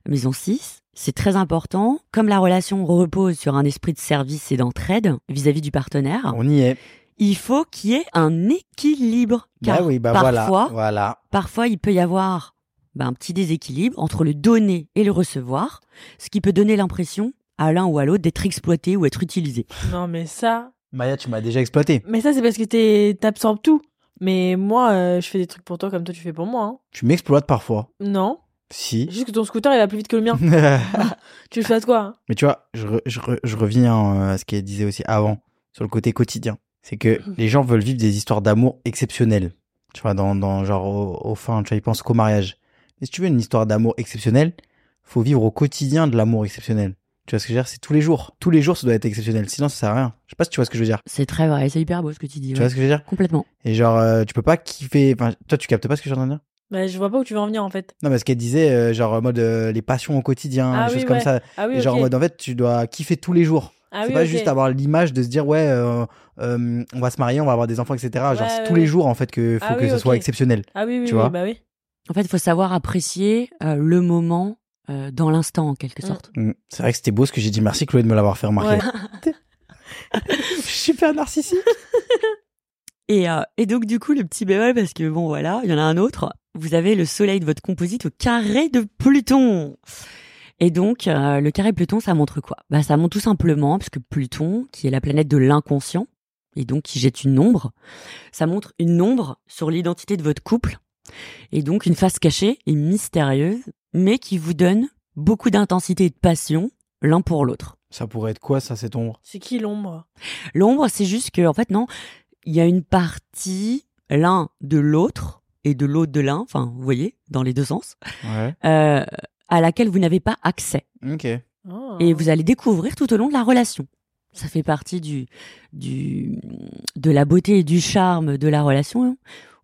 S3: maison 6, c'est très important. Comme la relation repose sur un esprit de service et d'entraide vis-à-vis du partenaire,
S2: On y est.
S3: il faut qu'il y ait un équilibre. Car
S2: bah oui, bah
S3: parfois,
S2: voilà. Voilà.
S3: parfois, il peut y avoir bah, un petit déséquilibre entre le donner et le recevoir, ce qui peut donner l'impression à l'un ou à l'autre d'être exploité ou être utilisé.
S1: Non, mais ça.
S2: Maya, tu m'as déjà exploité.
S1: Mais ça, c'est parce que t'es- t'absorbes tout. Mais moi, euh, je fais des trucs pour toi comme toi, tu fais pour moi. hein.
S2: Tu m'exploites parfois.
S1: Non.
S2: Si.
S1: Juste que ton scooter, il va plus vite que le mien.
S2: Mais
S1: tu le fais à toi. hein.
S2: tu vois, je, re- je re- je reviens euh, à ce qu'elle disait aussi avant, sur le côté quotidien. C'est que
S1: Mhm.
S2: les gens veulent vivre des histoires d'amour exceptionnelles. Tu vois, dans, dans genre, au, au fin, tu vois, ils pensent qu'au mariage. Mais si tu veux une histoire d'amour exceptionnelle, faut vivre au quotidien de l'amour exceptionnel. Tu vois ce que je veux dire C'est tous les jours. Tous les jours, ça doit être exceptionnel. Sinon, ça sert à rien. Je sais pas si tu vois ce que je veux dire.
S3: C'est très vrai, c'est hyper beau ce que tu dis.
S2: Tu
S3: ouais.
S2: vois ce que je veux dire
S3: Complètement.
S2: Et genre, euh, tu peux pas kiffer. Enfin, toi, tu captes pas ce que je suis en train de dire
S1: Bah, je vois pas où tu veux en venir en fait.
S2: Non, mais ce qu'elle disait, euh, genre, en mode euh, les passions au quotidien,
S1: Ah
S2: les
S1: oui,
S2: choses comme
S1: ouais.
S2: ça.
S1: Ah oui,
S2: Et genre,
S1: ok.
S2: en mode, en fait, tu dois kiffer tous les jours.
S1: Ah
S2: c'est
S1: oui,
S2: pas
S1: ok.
S2: juste avoir l'image de se dire, ouais, euh, euh, on va se marier, on va avoir des enfants, etc. genre,
S1: Ouais,
S2: c'est
S1: ouais,
S2: tous les
S1: ouais.
S2: jours, en fait, que faut
S1: Ah
S2: que
S1: oui,
S2: ce soit
S1: ok.
S2: exceptionnel.
S1: Ah oui, oui,
S2: tu
S1: oui,
S2: vois.
S1: bah oui.
S3: En fait, il faut savoir apprécier euh, le moment euh, dans l'instant, en quelque
S1: Mm.
S3: sorte.
S2: Mm. C'est vrai que c'était beau ce que j'ai dit. Merci, Chloé, de me l'avoir fait remarquer. Je suis super narcissique.
S3: Et, euh, et donc, du coup, le petit bémol, parce que bon, voilà, il y en a un autre. Vous avez le soleil de votre composite au carré de Pluton. Et donc, euh, le carré Pluton, ça montre quoi Bah, ça montre tout simplement, parce que Pluton, qui est la planète de l'inconscient, et donc qui jette une ombre, ça montre une ombre sur l'identité de votre couple, et donc une face cachée et mystérieuse, mais qui vous donne beaucoup d'intensité et de passion l'un pour l'autre.
S2: Ça pourrait être quoi, ça, cette ombre
S1: C'est qui l'ombre
S3: L'ombre, c'est juste que, en fait, non, il y a une partie l'un de l'autre et de l'autre de l'un, enfin, vous voyez, dans les deux sens,
S2: Ouais.
S3: euh, à laquelle vous n'avez pas accès.
S2: Ok.
S1: Oh.
S3: Et vous allez découvrir tout au long de la relation. Ça fait partie du, du, de la beauté et du charme de la relation, hein,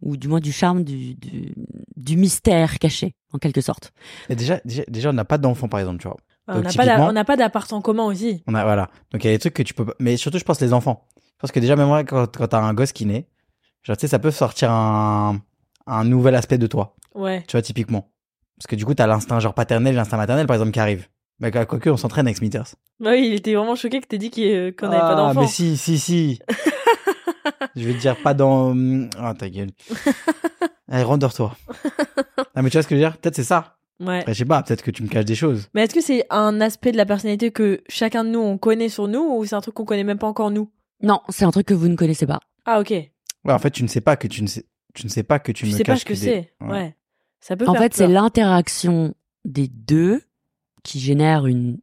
S3: ou du moins du charme du, du, du mystère caché, en quelque sorte.
S2: Et déjà, déjà, déjà, on n'a pas d'enfants, par exemple, tu vois.
S1: On
S2: Donc,
S1: n'a pas d'a-
S2: typiquement-
S1: on n'a pas d'appart en commun aussi.
S2: On a, voilà. Donc il y a des trucs que tu peux pas. Mais surtout, je pense les enfants. Je pense que déjà, même moi, quand, quand t'as un gosse qui naît, genre, tu sais, ça peut sortir un, un nouvel aspect de toi.
S1: Ouais.
S2: Tu vois, typiquement. Parce que du coup, t'as l'instinct genre paternel, l'instinct maternel, par exemple, qui arrive. Mais quoi- quoique, on s'entraîne avec Smithers.
S1: Bah oui, il était vraiment choqué que t'aies dit qu'il- euh, qu'on n'avait pas
S2: Ah,
S1: d'enfant.
S2: mais si, si, si. je vais te dire pas dans. Ah, ta gueule. Allez, rendors-toi. Ah, mais tu vois ce que je veux dire Peut-être c'est ça.
S1: Ouais.
S2: Après, je sais pas, peut-être que tu me caches des choses.
S1: Mais est-ce que c'est un aspect de la personnalité que chacun de nous on connaît sur nous ou c'est un truc qu'on connaît même pas encore nous
S3: Non, c'est un truc que vous ne connaissez pas.
S1: Ah ok.
S2: Ouais, en fait, tu ne sais pas que tu ne sais, tu ne sais pas que tu,
S1: Tu
S2: me
S1: sais pas
S2: caches
S1: ce que
S2: des-
S1: c'est.
S2: Ouais.
S1: Ouais. Ça peut
S3: En
S1: faire
S3: fait, c'est
S1: peur.
S3: l'interaction des deux qui génère une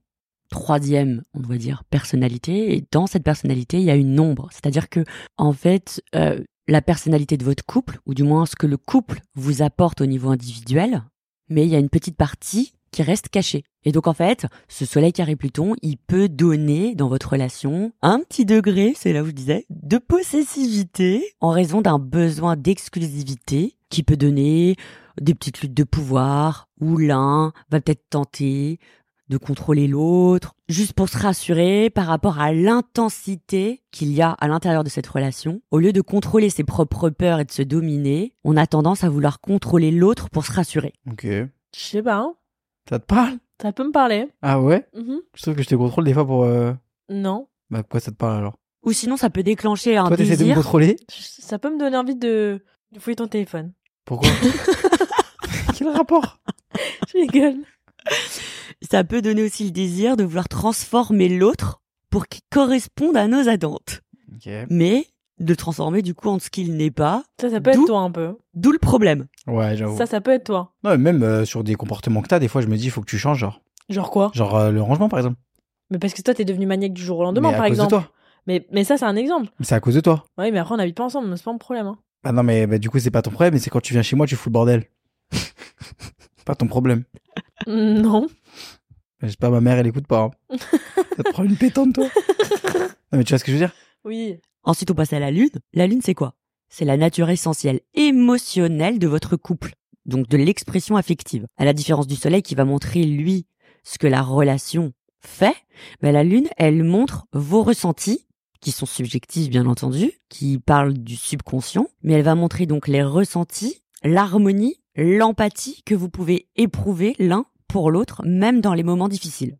S3: troisième, on doit dire, personnalité. Et dans cette personnalité, il y a une ombre. C'est-à-dire que, en fait, euh, la personnalité de votre couple, ou du moins ce que le couple vous apporte au niveau individuel, mais il y a une petite partie qui reste cachée. Et donc, en fait, ce soleil carré Pluton, il peut donner dans votre relation un petit degré, c'est là où je disais, de possessivité en raison d'un besoin d'exclusivité qui peut donner des petites luttes de pouvoir, où l'un va peut-être tenter de contrôler l'autre, juste pour se rassurer par rapport à l'intensité qu'il y a à l'intérieur de cette relation. Au lieu de contrôler ses propres peurs et de se dominer, on a tendance à vouloir contrôler l'autre pour se rassurer.
S2: Ok.
S1: Je sais pas. hein.
S2: Ça te parle
S1: Ça peut me parler.
S2: Ah ouais
S1: Mhm.
S2: Je trouve que je te contrôle des fois pour. euh,
S1: Non.
S2: Bah, pourquoi ça te parle alors
S3: Ou sinon, ça peut déclencher un
S2: Toi, t'essaies de me
S3: désir.
S2: contrôler
S1: Je- Ça peut me donner envie de, de fouiller ton téléphone.
S2: Pourquoi Quel rapport
S1: Je rigole.
S3: ça peut donner aussi le désir de vouloir transformer l'autre pour qu'il corresponde à nos attentes.
S2: Ok.
S3: Mais de le transformer du coup en ce qu'il n'est pas,
S1: Ça, ça peut
S3: D'où-
S1: être toi un peu.
S3: d'où le problème.
S2: Ouais, j'avoue.
S1: Ça, ça peut être toi.
S2: Non, mais même euh, sur des comportements que t'as, des fois, je me dis, il faut que tu changes, genre.
S1: Genre quoi
S2: Genre euh, le rangement, par exemple.
S1: Mais parce que toi, t'es devenu maniaque du jour au lendemain,
S2: mais à
S1: par
S2: cause
S1: exemple.
S2: de toi.
S1: Mais, mais ça, c'est un exemple.
S2: Mais c'est à cause de toi.
S1: Oui, mais après, on n'habite pas ensemble, mais c'est pas mon problème. hein.
S2: Bah non, mais bah, du coup, c'est pas ton problème, mais c'est quand tu viens chez moi, tu fous le bordel. pas ton problème.
S1: Mm, Non.
S2: J'espère ma mère, elle écoute pas. hein. ça te prend une pétante, toi. non, mais tu vois ce que je veux dire
S1: Oui.
S3: Ensuite, on passe à la lune. La lune, c'est quoi C'est la nature essentielle, émotionnelle de votre couple, donc de l'expression affective. À la différence du soleil qui va montrer, lui, ce que la relation fait, ben, la lune, elle montre vos ressentis, qui sont subjectifs, bien entendu, qui parlent du subconscient, mais elle va montrer donc les ressentis, l'harmonie, l'empathie que vous pouvez éprouver l'un pour l'autre, même dans les moments difficiles.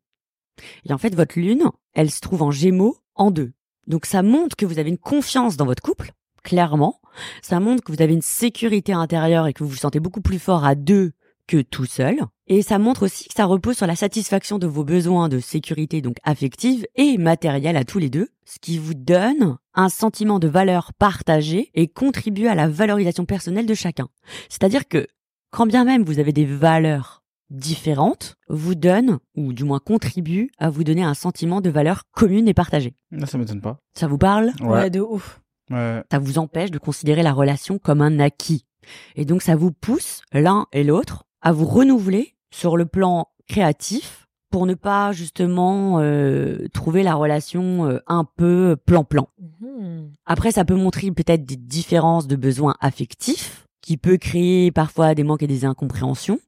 S3: Et en fait, votre lune, elle se trouve en gémeaux en deux. Donc ça montre que vous avez une confiance dans votre couple, clairement. Ça montre que vous avez une sécurité intérieure et que vous vous sentez beaucoup plus fort à deux que tout seul. Et ça montre aussi que ça repose sur la satisfaction de vos besoins de sécurité, donc affective et matérielle à tous les deux, ce qui vous donne un sentiment de valeur partagée et contribue à la valorisation personnelle de chacun. C'est-à-dire que quand bien même vous avez des valeurs différentes, vous donne, ou du moins contribue, à vous donner un sentiment de valeur commune et partagée.
S2: Non, ça m'étonne pas. Euh,
S3: Ça vous parle
S1: Ouais, de ouf.
S2: Ouais.
S3: ça vous empêche de considérer la relation comme un acquis. Et donc ça vous pousse l'un et l'autre à vous renouveler sur le plan créatif pour ne pas justement euh, trouver la relation euh, un peu plan-plan.
S1: Mm-hmm.
S3: Après, ça peut montrer peut-être des différences de besoins affectifs, qui peut créer parfois des manques et des incompréhensions,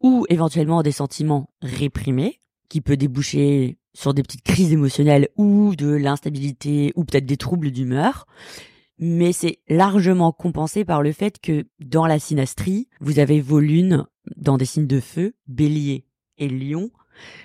S3: ou éventuellement des sentiments réprimés, qui peut déboucher sur des petites crises émotionnelles ou de l'instabilité ou peut-être des troubles d'humeur. Mais c'est largement compensé par le fait que dans la synastrie, vous avez vos lunes dans des signes de feu, bélier et lion,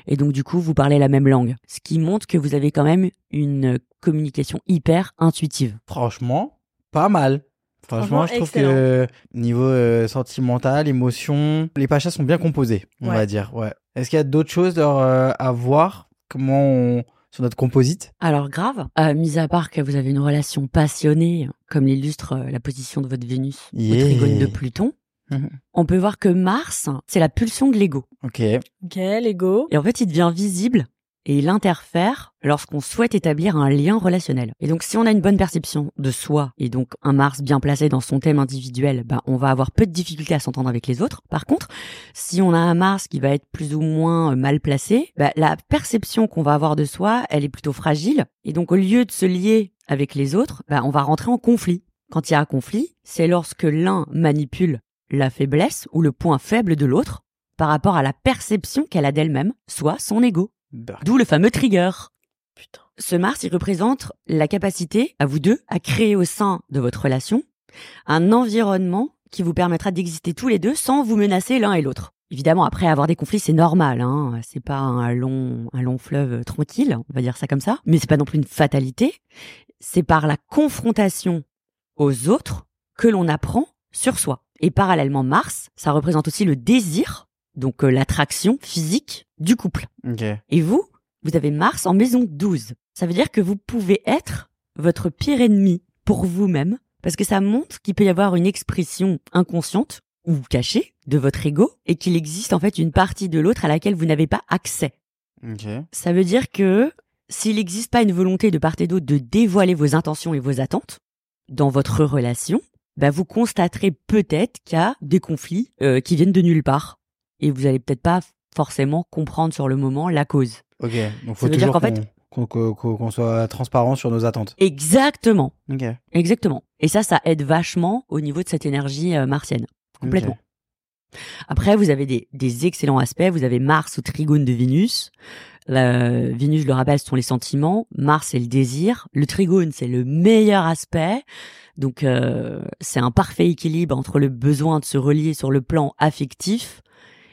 S3: et donc du coup vous parlez la même langue, ce qui montre que vous avez quand même une communication hyper intuitive.
S2: Franchement, pas mal. Franchement,
S1: Franchement,
S2: je trouve
S1: excellent.
S2: que niveau euh, sentimental, émotion, les pachas sont bien composés, on
S1: Ouais.
S2: va dire. Ouais. Est-ce qu'il y a d'autres choses euh, à voir Comment on- sur notre composite
S3: Alors grave, euh, mis à part que vous avez une relation passionnée, comme l'illustre euh, la position de votre Vénus
S2: Yeah.
S3: au trigone de Pluton,
S2: Mhm.
S3: on peut voir que Mars, c'est la pulsion de l'ego.
S2: Ok.
S1: Ok, l'ego.
S3: Et en fait, il devient visible et il interfère lorsqu'on souhaite établir un lien relationnel. Et donc, si on a une bonne perception de soi et donc un Mars bien placé dans son thème individuel, ben, on va avoir peu de difficultés à s'entendre avec les autres. Par contre, si on a un Mars qui va être plus ou moins euh, mal placé, ben, la perception qu'on va avoir de soi, elle est plutôt fragile. Et donc, au lieu de se lier avec les autres, ben, on va rentrer en conflit. Quand il y a un conflit, c'est lorsque l'un manipule la faiblesse ou le point faible de l'autre par rapport à la perception qu'elle a d'elle-même, soit son ego.
S2: Dark.
S3: D'où le fameux trigger.
S1: Putain.
S3: Ce Mars, il représente la capacité, à vous deux, à créer au sein de votre relation un environnement qui vous permettra d'exister tous les deux sans vous menacer l'un et l'autre. Évidemment, après avoir des conflits, c'est normal, hein. C'est pas un long, un long fleuve euh, tranquille, on va dire ça comme ça. Mais c'est pas non plus une fatalité. C'est par la confrontation aux autres que l'on apprend sur soi. Et parallèlement, Mars, ça représente aussi le désir, donc euh, l'attraction physique du couple.
S2: Ok.
S3: Et vous, vous avez Mars en maison 12. Ça veut dire que vous pouvez être votre pire ennemi pour vous-même, parce que ça montre qu'il peut y avoir une expression inconsciente ou cachée de votre ego, et qu'il existe en fait une partie de l'autre à laquelle vous n'avez pas accès.
S2: Ok.
S3: Ça veut dire que s'il n'existe pas une volonté de part et d'autre de dévoiler vos intentions et vos attentes dans votre relation, bah vous constaterez peut-être qu'il y a des conflits euh, qui viennent de nulle part. Et vous allez peut-être pas forcément comprendre sur le moment la cause.
S2: Ok. Donc faut
S3: veut dire
S2: toujours
S3: qu'en
S2: qu'on
S3: fait-
S2: qu'on qu'on- qu'on- qu'on soit transparent sur nos attentes.
S3: Exactement.
S2: Ok.
S3: Exactement. Et ça, ça aide vachement au niveau de cette énergie euh, martienne. Complètement.
S2: Ok.
S3: Après, vous avez des, des excellents aspects. Vous avez Mars au trigone de Vénus. La- Vénus, je le rappelle, ce sont les sentiments. Mars, c'est le désir. Le trigone, c'est le meilleur aspect. Donc, euh, c'est un parfait équilibre entre le besoin de se relier sur le plan affectif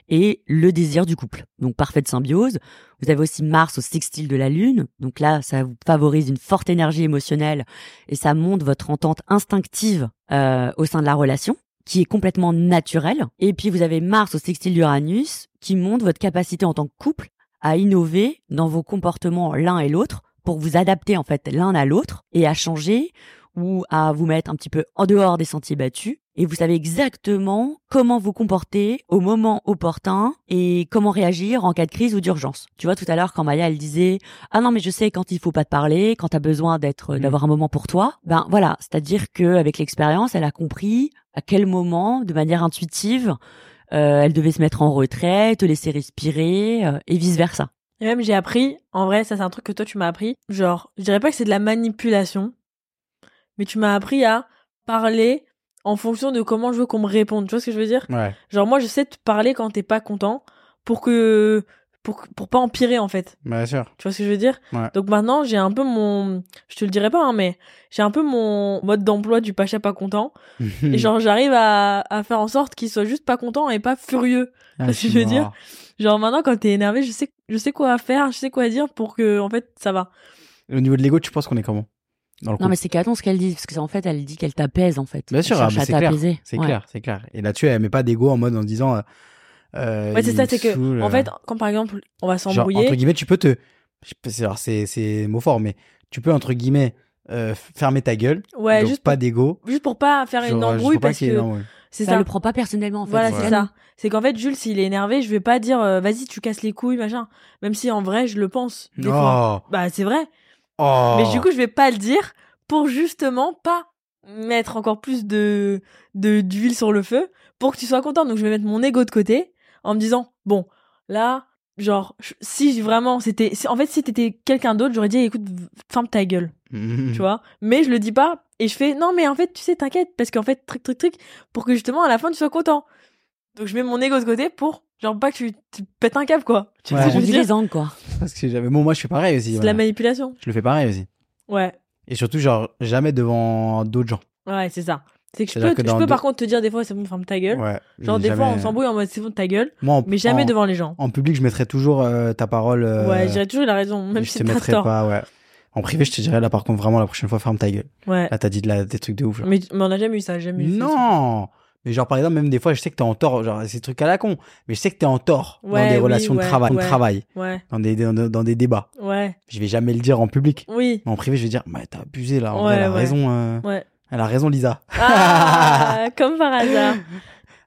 S3: et le désir du couple. Donc, parfaite symbiose. Vous avez aussi Mars au sextile de la Lune. Donc là, ça vous favorise une forte énergie émotionnelle et ça monte votre entente instinctive euh, au sein de la relation qui est complètement naturel. Et puis vous avez Mars au sextile d'Uranus qui montre votre capacité en tant que couple à innover dans vos comportements l'un et l'autre pour vous adapter en fait l'un à l'autre et à changer ou à vous mettre un petit peu en dehors des sentiers battus. Et vous savez exactement comment vous comporter au moment opportun et comment réagir en cas de crise ou d'urgence. Tu vois, tout à l'heure, quand Maya, elle disait, ah non, mais je sais quand il faut pas te parler, quand t'as besoin d'être,
S2: Mm.
S3: d'avoir un moment pour toi. Ben, voilà. C'est-à-dire que, avec l'expérience, elle a compris à quel moment, de manière intuitive, euh, elle devait se mettre en retrait, te laisser respirer, euh, et vice versa.
S1: Et même j'ai appris, en vrai, ça c'est un truc que toi tu m'as appris. Genre, je dirais pas que c'est de la manipulation, mais tu m'as appris à parler en fonction de comment je veux qu'on me réponde. Tu vois ce que je veux dire
S2: Ouais.
S1: Genre moi je sais te parler quand t'es pas content pour que pour pour pas empirer en fait.
S2: Bien sûr.
S1: Tu vois ce que je veux dire
S2: Ouais.
S1: Donc maintenant j'ai un peu mon je te le dirai pas hein, mais j'ai un peu mon mode d'emploi du pacha pas content
S2: Hmm.
S1: et genre j'arrive à à faire en sorte qu'il soit juste pas content et pas furieux.
S2: Ah,
S1: ce que
S2: c'est
S1: je veux dire.
S2: marrant.
S1: Genre maintenant quand t'es énervé, je sais je sais quoi faire, je sais quoi dire pour que en fait ça va.
S2: Au niveau de l'ego, tu penses qu'on est comment Dans le
S3: Non,
S2: couple.
S3: mais c'est caton ce qu'elle dit, parce que en fait, elle dit qu'elle t'apaise, en fait.
S2: Bien
S3: Elle
S2: sûr, ah,
S3: cherche
S2: mais
S3: à
S2: c'est clair.
S3: t'apaiser.
S2: C'est
S3: Ouais.
S2: clair, c'est clair. Et là-dessus, elle met pas d'ego en mode en se disant. euh, euh,
S1: Ouais, c'est
S2: il
S1: ça,
S2: me
S1: c'est que,
S2: saoule,
S1: en
S2: euh.
S1: fait, quand par exemple, on va
S2: Genre, entre
S1: s'embrouiller,
S2: guillemets, tu peux te. je sais pas, c'est- alors, C'est c'est mot fort, mais tu peux, entre guillemets, euh, fermer ta gueule.
S1: ouais,
S2: donc
S1: juste,
S2: pas d'ego.
S1: pour, juste pour pas faire
S2: Genre,
S1: une
S2: euh, juste
S1: embrouille
S2: pour pas
S1: parce
S2: qu'il y ait
S1: que
S2: une embrouille.
S1: c'est
S3: Ça,
S1: ça.
S3: Bah, le prend pas personnellement, en fait.
S1: Voilà,
S2: Ouais.
S1: c'est ça. C'est qu'en fait, Jules, s'il est énervé, je vais pas dire, euh, vas-y, tu casses les couilles, machin. Même si en vrai, je le pense. Des fois.
S2: Oh,
S1: Bah, c'est vrai.
S2: oh.
S1: Mais du coup, je vais pas le dire pour justement pas mettre encore plus de de- d'huile sur le feu pour que tu sois content. Donc je vais mettre mon ego de côté en me disant bon là genre je- si vraiment c'était si- en fait si t'étais quelqu'un d'autre j'aurais dit écoute v- ferme ta gueule
S2: Mhm.
S1: tu vois mais je le dis pas et je fais non mais en fait tu sais t'inquiète parce qu'en fait truc truc truc pour que justement à la fin tu sois content donc je mets mon ego de côté pour genre pas que tu, tu pètes un câble quoi tu vois
S2: Ouais.
S3: On
S1: ce que je
S3: dit
S1: veux
S3: les
S1: dire
S3: angles, quoi.
S2: Parce que j'avais- bon, moi, je fais pareil aussi.
S1: c'est de
S2: voilà.
S1: la manipulation
S2: Je le fais pareil aussi.
S1: ouais
S2: Et surtout, genre, jamais devant d'autres gens.
S1: Ouais, c'est ça. C'est que je
S2: C'est-à-dire
S1: peux,
S2: que
S1: je
S2: dans
S1: peux
S2: deux-
S1: par contre te dire des fois, c'est bon, ferme ta gueule.
S2: Ouais.
S1: Genre, des
S2: Jamais-
S1: fois, on s'embrouille en mode c'est bon, ta gueule,
S2: Moi, en-
S1: mais jamais
S2: en-
S1: devant les gens.
S2: En public, je mettrais toujours euh, ta parole. euh,
S1: Ouais, je dirais toujours, il a raison,
S2: et
S1: même
S2: je
S1: si
S2: te
S1: t'as
S2: mettrais
S1: tort.
S2: pas, ouais. En privé, je te dirais là, par contre, vraiment, la prochaine fois, ferme ta gueule.
S1: Ouais.
S2: Là, t'as dit de la- des trucs de ouf. genre.
S1: Mais, Mm, mais on a jamais eu ça, jamais eu ça.
S2: Ah, Non Mais genre, par exemple, même des fois, je sais que t'es en tort, genre, c'est des trucs à la con, mais je sais que t'es en tort
S1: Ouais,
S2: dans des
S1: oui,
S2: relations
S1: ouais,
S2: de travail,
S1: ouais.
S2: travail
S1: Ouais,
S2: dans, des, dans, dans des débats.
S1: ouais,
S2: Je vais jamais le dire en public.
S1: oui.
S2: Mais en privé, je vais dire, bah, t'as abusé là, en
S1: Ouais,
S2: vrai, elle a
S1: ouais.
S2: raison. euh,
S1: Ouais.
S2: Elle a raison, Lisa.
S1: Ah, comme par hasard.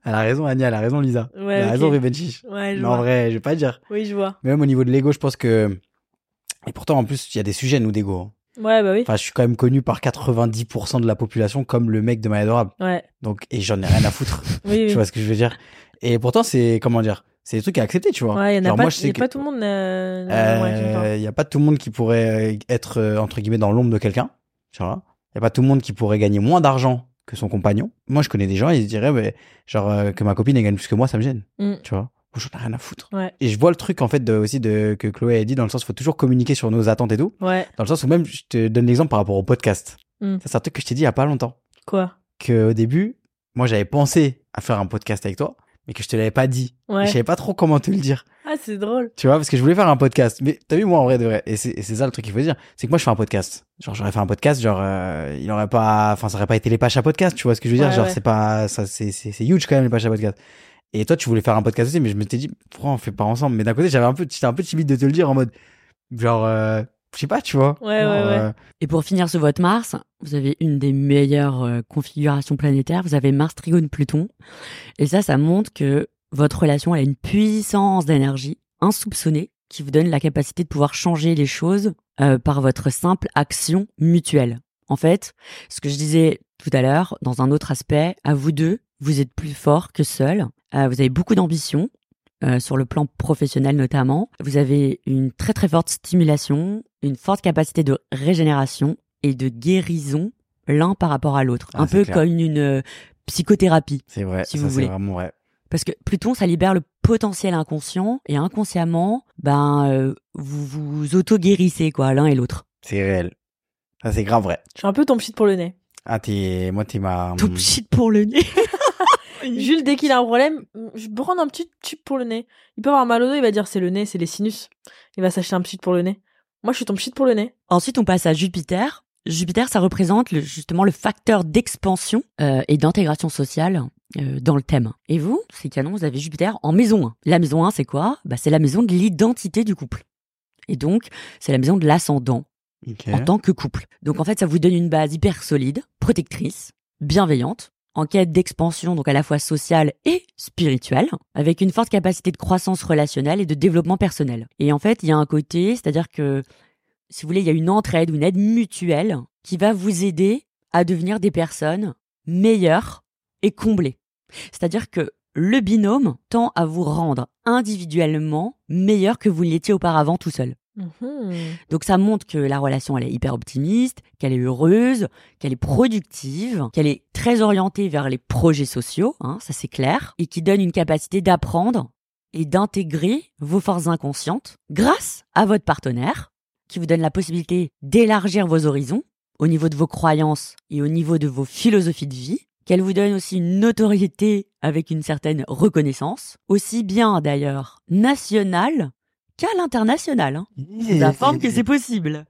S2: Elle a raison, Anya, elle a raison, Lisa.
S1: Ouais,
S2: elle a
S1: ok.
S2: raison, Rivenchiche.
S1: Ouais, je
S2: Mais en
S1: vois.
S2: vrai, je vais pas dire.
S1: Oui, je vois.
S2: Mais même au niveau de l'ego, je pense que. Et pourtant, en plus, il y a des sujets, nous, d'ego. hein.
S1: Ouais, bah oui.
S2: Enfin, je suis quand même connu par 90% de la population comme le mec de My Adorable.
S1: Ouais.
S2: Donc, et j'en ai rien à foutre.
S1: Oui,
S2: tu
S1: oui.
S2: vois ce que je veux dire Et pourtant, c'est comment dire C'est des trucs à accepter, tu vois.
S1: Ouais, il y en a
S2: Genre,
S1: pas,
S2: moi, je
S1: y
S2: sais
S1: a
S2: que-
S1: pas tout le monde. euh,
S2: Euh,
S1: non,
S2: Il
S1: ouais, je vois.
S2: y a pas tout le monde qui pourrait euh, être euh, entre guillemets dans l'ombre de quelqu'un. Tu vois Il y a pas tout le monde qui pourrait gagner moins d'argent que son compagnon. Moi, je connais des gens, ils se diraient, mais, genre euh, que ma copine elle gagne plus que moi, ça me gêne.
S1: Mm.
S2: Tu vois Moi, j'en ai rien à foutre.
S1: Ouais.
S2: Et je vois le truc en fait de, aussi de que Chloé a dit dans le sens, faut toujours communiquer sur nos attentes et tout.
S1: Ouais,
S2: Dans le sens où même, je te donne l'exemple par rapport au podcast.
S1: Mm.
S2: Ça, C'est un truc que je t'ai dit il y a pas longtemps
S1: quoi
S2: que au début, moi j'avais pensé à faire un podcast avec toi, mais que je te l'avais pas dit. Et
S1: Ouais.
S2: Je savais pas trop comment te le dire.
S1: Ah, c'est drôle.
S2: Tu vois, parce que je voulais faire un podcast. Mais t'as vu, moi en vrai de vrai, et c'est et c'est ça le truc qu'il faut dire, c'est que moi je fais un podcast. Genre j'aurais fait un podcast, genre euh, il aurait pas, enfin ça aurait pas été les pages à podcast. Tu vois ce que je veux dire
S1: Ouais,
S2: Genre
S1: ouais.
S2: c'est pas, ça c'est c'est c'est huge quand même les pages à podcast. Et toi tu voulais faire un podcast aussi, mais je me t'ai dit pourquoi on fait pas ensemble. Mais d'un côté j'avais un peu, j'étais un peu timide de te le dire en mode, genre euh, je sais pas, tu vois.
S1: Ouais,
S2: Genre,
S1: ouais, ouais.
S2: euh,
S3: Et pour finir ce vote Mars, vous avez une des meilleures euh, configurations planétaires. Vous avez Mars, Trigone, Pluton. Et ça, ça montre que votre relation, elle a une puissance d'énergie insoupçonnée qui vous donne la capacité de pouvoir changer les choses euh, par votre simple action mutuelle. En fait, ce que je disais tout à l'heure, dans un autre aspect, à vous deux, vous êtes plus forts que seuls. Euh, vous avez beaucoup d'ambition, euh, sur le plan professionnel notamment. Vous avez une très très forte stimulation, une forte capacité de régénération et de guérison l'un par rapport à l'autre.
S2: Ah,
S3: un
S2: c'est
S3: peu
S2: clair.
S3: comme une euh, psychothérapie.
S2: C'est vrai,
S3: Si
S2: ça,
S3: vous
S2: c'est
S3: voulez.
S2: vraiment vrai.
S3: Parce que Pluton, ça libère le potentiel inconscient et inconsciemment, ben, euh, vous vous auto-guérissez, quoi, l'un et l'autre.
S2: C'est réel. Ça c'est grave vrai.
S1: Je suis un peu ton pchit pour le nez.
S2: Ah, t'es. Moi, t'es ma.
S3: Tout shit pour le nez.
S1: Jules, dès qu'il a un problème, mm, je prends un petit tube pour le nez. Il peut avoir mal au dos, il va dire c'est le nez, c'est les sinus. Il va s'acheter un petit pour le nez. Moi, je suis ton petit pour le nez.
S3: Ensuite, on passe à Jupiter. Jupiter, ça représente le- justement le facteur d'expansion euh, et d'intégration sociale euh, dans le thème. Et vous, c'est canon, vous avez Jupiter en maison 1. La maison 1, c'est quoi bah, C'est la maison de l'identité du couple. Et donc, c'est la maison de l'ascendant
S2: Ok.
S3: en tant que couple. Donc en fait, ça vous donne une base hyper solide, protectrice, bienveillante, en quête d'expansion, donc à la fois sociale et spirituelle, avec une forte capacité de croissance relationnelle et de développement personnel. Et en fait, il y a un côté, c'est-à-dire que, si vous voulez, il y a une entraide ou une aide mutuelle qui va vous aider à devenir des personnes meilleures et comblées. C'est-à-dire que le binôme tend à vous rendre individuellement meilleur que vous ne l'étiez auparavant tout seul.
S1: Mhm.
S3: Mm. Donc ça montre que la relation, elle est hyper optimiste, qu'elle est heureuse, qu'elle est productive, qu'elle est très orientée vers les projets sociaux, hein, ça c'est clair, et qui donne une capacité d'apprendre et d'intégrer vos forces inconscientes grâce à votre partenaire, qui vous donne la possibilité d'élargir vos horizons au niveau de vos croyances et au niveau de vos philosophies de vie, qu'elle vous donne aussi une notoriété avec une certaine reconnaissance, aussi bien d'ailleurs nationale qu'à l'international. hein sous la forme que c'est possible.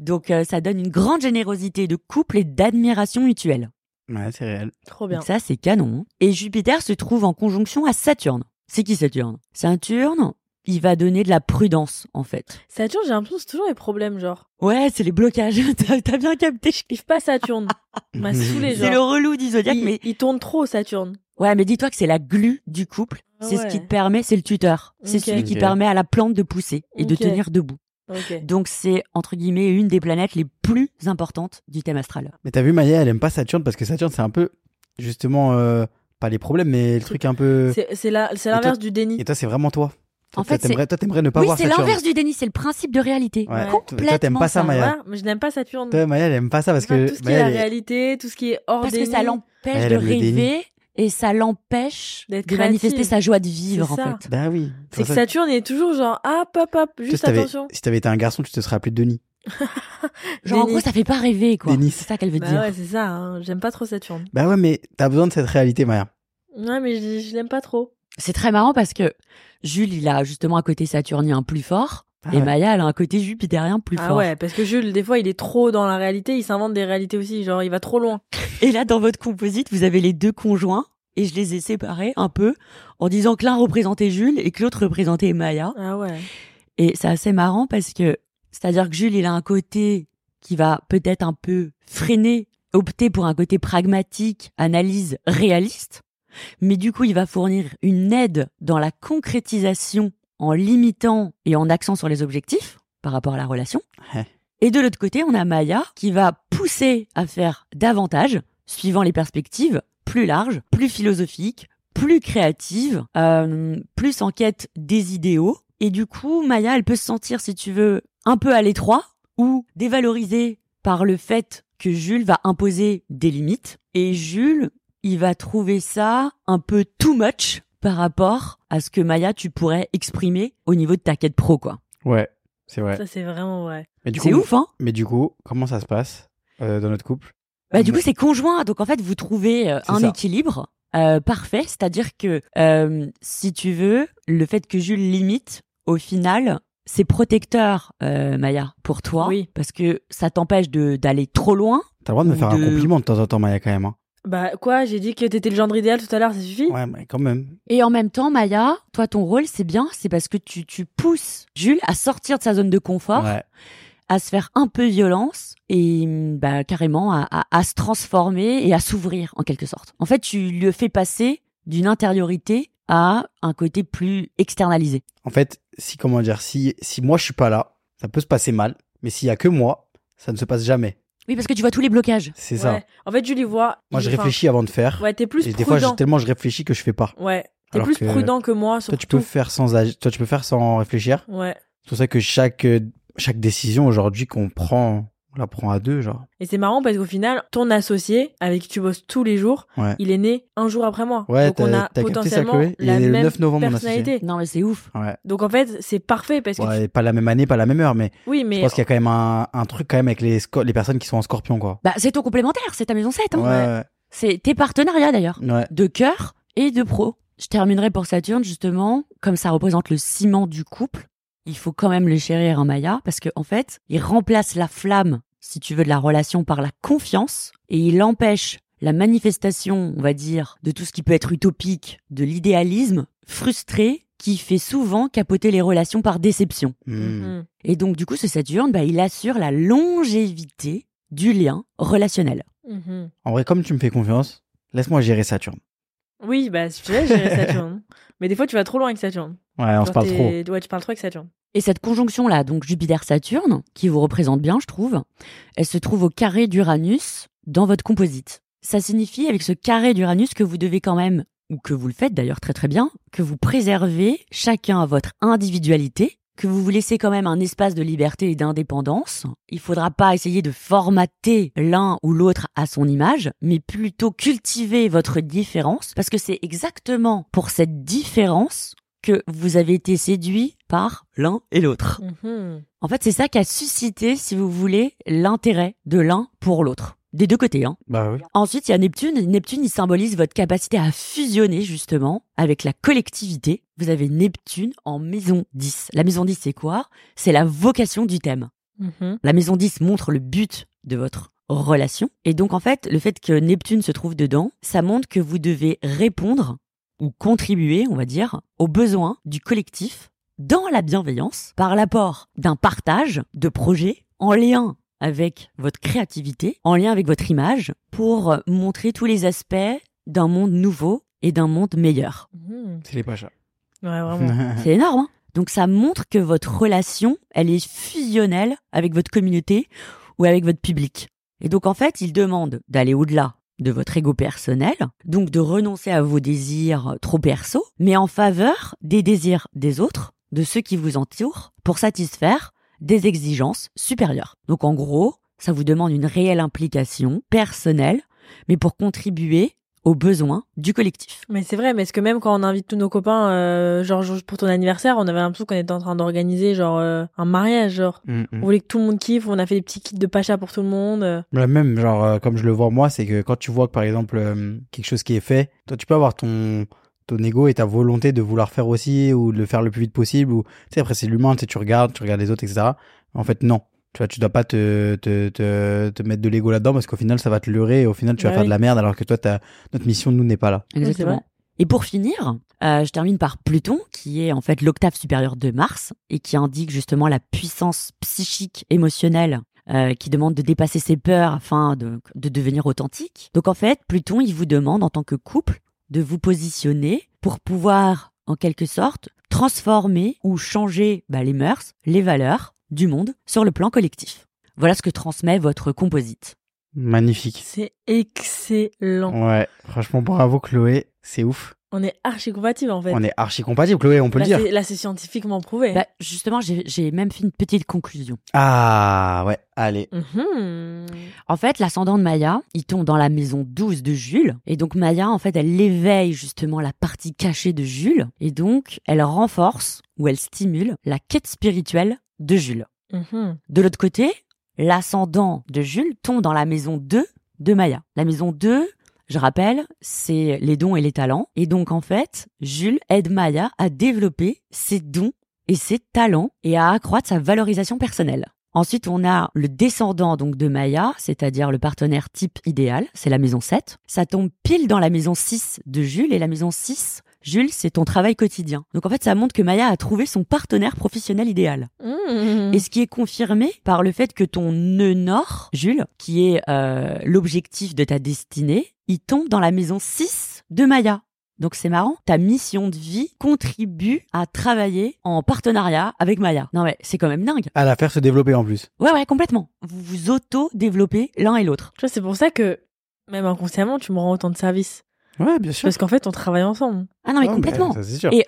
S3: Donc euh, ça donne une grande générosité de couple et d'admiration mutuelle.
S2: Ouais, c'est réel.
S1: Trop bien.
S3: Donc ça c'est canon. hein. Et Jupiter se trouve en conjonction à Saturne. C'est qui Saturne Saturne, il va donner de la prudence en fait.
S1: Saturne, j'ai l'impression que c'est toujours les problèmes, genre.
S3: Ouais, c'est les blocages. T'as t'as bien capté.
S1: Je kiffe pas Saturne. Il m'a saoulé,
S3: C'est le
S1: genre.
S3: relou du zodiaque,
S1: Il,
S3: mais
S1: il tourne trop, Saturne.
S3: ouais, mais dis-toi que c'est la glu du couple.
S1: Ah
S3: C'est
S1: ouais.
S3: ce qui te permet, c'est le tuteur. C'est
S1: Ok.
S3: celui qui
S2: Ok.
S3: permet à la plante de pousser et de
S1: Ok.
S3: tenir debout.
S1: Ok.
S3: Donc c'est entre guillemets une des planètes les plus importantes du thème astral.
S2: Mais t'as vu, Maya, elle aime pas Saturne parce que Saturne, c'est un peu, justement, euh, pas les problèmes, mais le truc un peu.
S1: C'est c'est la- c'est
S2: toi-
S1: l'inverse du déni.
S2: Et toi, c'est vraiment toi. Toi,
S3: En fait,
S2: toi, t'aimerais, toi, t'aimerais ne pas
S3: oui,
S2: voir
S3: c'est
S2: Saturne.
S3: l'inverse du déni, c'est le principe de réalité.
S2: Ouais. Toi-
S3: Complètement.
S2: Toi, t'aimes pas ça,
S3: ça,
S2: Maya.
S1: Voilà, mais je n'aime pas Saturne.
S2: Toi, Maya, elle aime pas ça parce
S1: Enfin,
S2: que.
S1: Bah, tout ce qui est
S2: Maya,
S1: la
S2: elle est-
S1: réalité, tout ce qui est hors
S3: Parce que
S1: Oh, déni,
S3: ça l'empêche
S2: Elle
S3: de
S2: aime le déni.
S3: rêver et ça l'empêche
S1: D'être
S3: de
S1: créative.
S3: manifester sa joie de vivre,
S1: C'est
S3: en
S1: ça.
S3: fait.
S2: Ben oui.
S1: C'est
S2: Pour
S1: que
S2: ça-
S1: Saturne est toujours genre, ah, pop, pop,
S2: Toi, si
S1: juste
S2: t'avais-
S1: attention.
S2: Si t'avais été un garçon, tu te serais appelé Denis.
S3: Genre, en
S1: Déni.
S3: gros, ça fait pas rêver, quoi.
S2: Déni.
S3: C'est ça qu'elle veut
S1: Bah
S3: dire.
S1: ouais, c'est ça, hein. j'aime pas trop Saturne.
S2: Bah ouais, mais t'as besoin de cette réalité, Maya.
S1: Ouais, mais je, je l'aime pas trop.
S3: C'est très marrant parce que Jules, il a justement un côté saturnien plus fort
S2: Ah
S3: et
S2: ouais.
S3: Maya, elle a un côté jupitérien plus
S1: ah
S3: fort.
S1: ouais, parce que Jules, des fois, il est trop dans la réalité, il s'invente des réalités aussi, genre, il va trop loin.
S3: Et là, dans votre composite, vous avez les deux conjoints et je les ai séparés un peu en disant que l'un représentait Jules et que l'autre représentait Maya.
S1: Ah ouais.
S3: Et c'est assez marrant parce que, c'est-à-dire que Jules, il a un côté qui va peut-être un peu freiner, opter pour un côté pragmatique, analyse réaliste. Mais du coup, il va fournir une aide dans la concrétisation en limitant et en accent sur les objectifs par rapport à la relation.
S2: Ouais.
S3: Et de l'autre côté, on a Maya qui va pousser à faire davantage, suivant les perspectives plus larges, plus philosophiques, plus créative, euh, plus en quête des idéaux. Et du coup, Maya, elle peut se sentir, si tu veux, un peu à l'étroit ou dévalorisée par le fait que Jules va imposer des limites. Et Jules, il va trouver ça un peu too much par rapport à ce que Maya, tu pourrais exprimer au niveau de ta quête pro, quoi.
S2: Ouais, c'est vrai.
S1: Ça, c'est vraiment vrai.
S2: Mais du
S3: C'est
S2: coup,
S3: ouf, hein
S2: Mais du coup, comment ça se passe euh, dans notre couple
S3: Bah, du coup, c'est conjoint. Donc, en fait, vous trouvez euh,
S2: C'est
S3: un
S2: ça.
S3: équilibre euh, parfait. C'est-à-dire que, euh, si tu veux, le fait que Jules limite, au final, c'est protecteur, euh, Maya, pour toi.
S1: Oui.
S3: Parce que ça t'empêche de d'aller trop loin.
S2: T'as le droit de me
S3: Ou
S2: faire
S3: de-
S2: un compliment de temps en temps, Maya, quand même. hein.
S1: Bah quoi, j'ai dit que t'étais le gendre idéal tout à l'heure, ça suffit
S2: Ouais, mais quand même.
S3: Et en même temps, Maya, toi, ton rôle, c'est bien. C'est parce que tu, tu pousses Jules à sortir de sa zone de confort,
S2: Ouais.
S3: à se faire un peu violence et, hum, bah, carrément, à, à, à se transformer et à s'ouvrir, en quelque sorte. En fait, tu le fais passer d'une intériorité à un côté plus externalisé.
S2: En fait, si, comment dire, si, si moi je suis pas là, ça peut se passer mal. Mais s'il y a que moi, ça ne se passe jamais.
S3: Oui, parce que tu vois tous les blocages.
S2: C'est
S1: Ouais.
S2: ça.
S1: En fait, Julie voit.
S2: Moi, je
S1: enfin,
S2: réfléchis avant de faire.
S1: Ouais, t'es plus
S2: et
S1: prudent.
S2: des fois, je- tellement je réfléchis que je fais pas.
S1: Ouais, t'es
S2: Alors
S1: plus
S2: que-
S1: prudent que moi, surtout.
S2: Toi, tu peux faire sans agi- Toi, tu peux faire sans réfléchir.
S1: Ouais.
S2: C'est pour ça que chaque, euh, chaque décision aujourd'hui qu'on prend, on la prend à deux, genre.
S1: Et c'est marrant parce qu'au final, ton associé, avec qui tu bosses tous les jours,
S2: Ouais.
S1: il est né un jour après moi.
S2: Ouais,
S1: Donc on
S2: t'as-
S1: a
S2: t'as capté ça,
S1: potentiellement
S2: Chloé Il est
S1: la
S2: né le
S1: même
S2: 9 novembre, mon associé.
S1: personnalité.
S3: Non, mais c'est ouf.
S2: Ouais.
S1: Donc en fait, c'est parfait parce que
S2: Ouais, Pas la même année, pas la même heure, mais,
S1: tu- oui,
S2: je
S1: mais
S2: pense qu'il y a quand même un, un truc quand même avec les, sco- les personnes qui sont en scorpion, quoi.
S3: Bah, c'est ton complémentaire, c'est ta maison 7. Hein.
S2: ouais.
S3: C'est tes partenariats d'ailleurs,
S2: ouais.
S3: de cœur et de pro. Je terminerai pour Saturne justement, comme ça représente le ciment du couple. Il faut quand même le chérir en Maya parce que en fait, il remplace la flamme, si tu veux, de la relation par la confiance et il empêche la manifestation, on va dire, de tout ce qui peut être utopique, de l'idéalisme frustré qui fait souvent capoter les relations par déception.
S2: Hmm.
S1: Mhm.
S3: Et donc, du coup, ce Saturne, bah, il assure la longévité du lien relationnel.
S2: Mm.
S1: Mhm.
S2: En vrai, comme tu me fais confiance, laisse-moi gérer Saturne.
S1: oui, bah si tu veux, gérer Saturne. mais des fois, tu vas trop loin avec Saturne.
S2: Ouais, Ah, on se parle trop.
S1: Ouais, tu parles trop avec Saturne.
S3: Et cette conjonction-là, donc Jupiter-Saturne, qui vous représente bien, je trouve, elle se trouve au carré d'Uranus dans votre composite. Ça signifie, avec ce carré d'Uranus, que vous devez quand même, ou que vous le faites d'ailleurs très très bien, que vous préservez chacun votre individualité, que vous vous laissez quand même un espace de liberté et d'indépendance. Il faudra pas essayer de formater l'un ou l'autre à son image, mais plutôt cultiver votre différence parce que c'est exactement pour cette différence que vous avez été séduit par l'un et l'autre.
S1: Mhm.
S3: En fait, c'est ça qui a suscité, si vous voulez, l'intérêt de l'un pour l'autre. Des deux côtés, hein.
S2: Bah oui.
S3: Ensuite, il y a Neptune. Et Neptune, il symbolise votre capacité à fusionner justement avec la collectivité. Vous avez Neptune en maison 10. La maison 10, c'est quoi C'est la vocation du thème.
S1: Mhm.
S3: La maison 10 montre le but de votre relation. Et donc, en fait, le fait que Neptune se trouve dedans, ça montre que vous devez répondre ou contribuer, on va dire, aux besoins du collectif dans la bienveillance par l'apport d'un partage de projets en lien avec votre créativité, en lien avec votre image, pour montrer tous les aspects d'un monde nouveau et d'un monde meilleur.
S1: Mhm.
S2: C'est les pachas.
S1: Ouais, vraiment.
S3: C'est énorme. hein Donc ça montre que votre relation, elle est fusionnelle avec votre communauté ou avec votre public. Et donc en fait, il demande d'aller au-delà de votre ego personnel, donc de renoncer à vos désirs trop perso, mais en faveur des désirs des autres, de ceux qui vous entourent, pour satisfaire des exigences supérieures. Donc en gros, ça vous demande une réelle implication personnelle, mais pour contribuer aux besoins du collectif.
S1: Mais c'est vrai, mais est-ce que même quand on invite tous nos copains, euh, genre genre, pour ton anniversaire, on avait l'impression qu'on était en train d'organiser genre euh, un mariage, genre
S2: Mm, mm.
S1: on voulait que tout le monde kiffe, on a fait des petits kits de pacha pour tout le monde. euh.
S2: Là, même, genre, euh, comme je le vois moi, c'est que quand tu vois que, par exemple, euh, quelque chose qui est fait, toi, tu peux avoir ton, ton ego et ta volonté de vouloir faire aussi ou de le faire le plus vite possible. Ou, tu sais, après, c'est l'humain, tu sais, tu regardes, tu regardes les autres, etc. En fait, non. Tu vois, tu dois pas te, te, te, te mettre de l'ego là-dedans parce qu'au final, ça va te leurrer et au final, tu vas
S1: Bah
S2: faire
S1: oui.
S2: de la merde alors que toi, ta, notre mission, nous, n'est pas là.
S1: c'est
S3: Exactement.
S1: vrai.
S3: Et pour finir, euh, je termine par Pluton, qui est en fait l'octave supérieure de Mars et qui indique justement la puissance psychique, émotionnelle, euh, qui demande de dépasser ses peurs afin de, de devenir authentique. Donc en fait, Pluton, il vous demande en tant que couple de vous positionner pour pouvoir, en quelque sorte, transformer ou changer bah, les mœurs, les valeurs du monde sur le plan collectif. Voilà ce que transmet votre composite.
S2: Magnifique.
S1: C'est excellent.
S2: Ouais. Franchement, bravo, Chloé. C'est ouf.
S1: On est archi compatibles en fait.
S2: On est archi compatible, Chloé, on peut
S1: là,
S2: le dire.
S1: Bah, c'est- là, c'est scientifiquement prouvé.
S3: Bah, justement, j'ai j'ai même fait une petite conclusion.
S2: Ah, ouais. Allez.
S1: Mhm.
S3: En fait, l'ascendant de Maya, il tombe dans la maison 12 de Jules. Et donc Maya, en fait, elle éveille justement la partie cachée de Jules. Et donc, elle renforce ou elle stimule la quête spirituelle de Jules.
S1: Mhm.
S3: De l'autre côté, l'ascendant de Jules tombe dans la maison 2 de Maya. La maison 2, je rappelle, c'est les dons et les talents. Et donc, en fait, Jules aide Maya à développer ses dons et ses talents et à accroître sa valorisation personnelle. Ensuite, on a le descendant donc de Maya, c'est-à-dire le partenaire type idéal, c'est la maison 7. Ça tombe pile dans la maison 6 de Jules et la maison 6, Jules, c'est ton travail quotidien. Donc en fait, ça montre que Maya a trouvé son partenaire professionnel idéal.
S1: Mhm.
S3: Et ce qui est confirmé par le fait que ton nœud nord, Jules, qui est euh, l'objectif de ta destinée, il tombe dans la maison 6 de Maya. Donc c'est marrant, ta mission de vie contribue à travailler en partenariat avec Maya. Non mais c'est quand même dingue.
S2: À la faire se développer en plus.
S3: Ouais ouais, complètement. Vous vous auto-développez l'un et l'autre.
S1: Tu vois, c'est pour ça que même inconsciemment, tu me rends autant de services.
S2: Ouais, bien sûr.
S1: Parce qu'en fait, on travaille ensemble.
S3: Ah non mais
S2: Ah, bah,
S3: complètement.
S2: ça, c'est sûr.
S3: Et,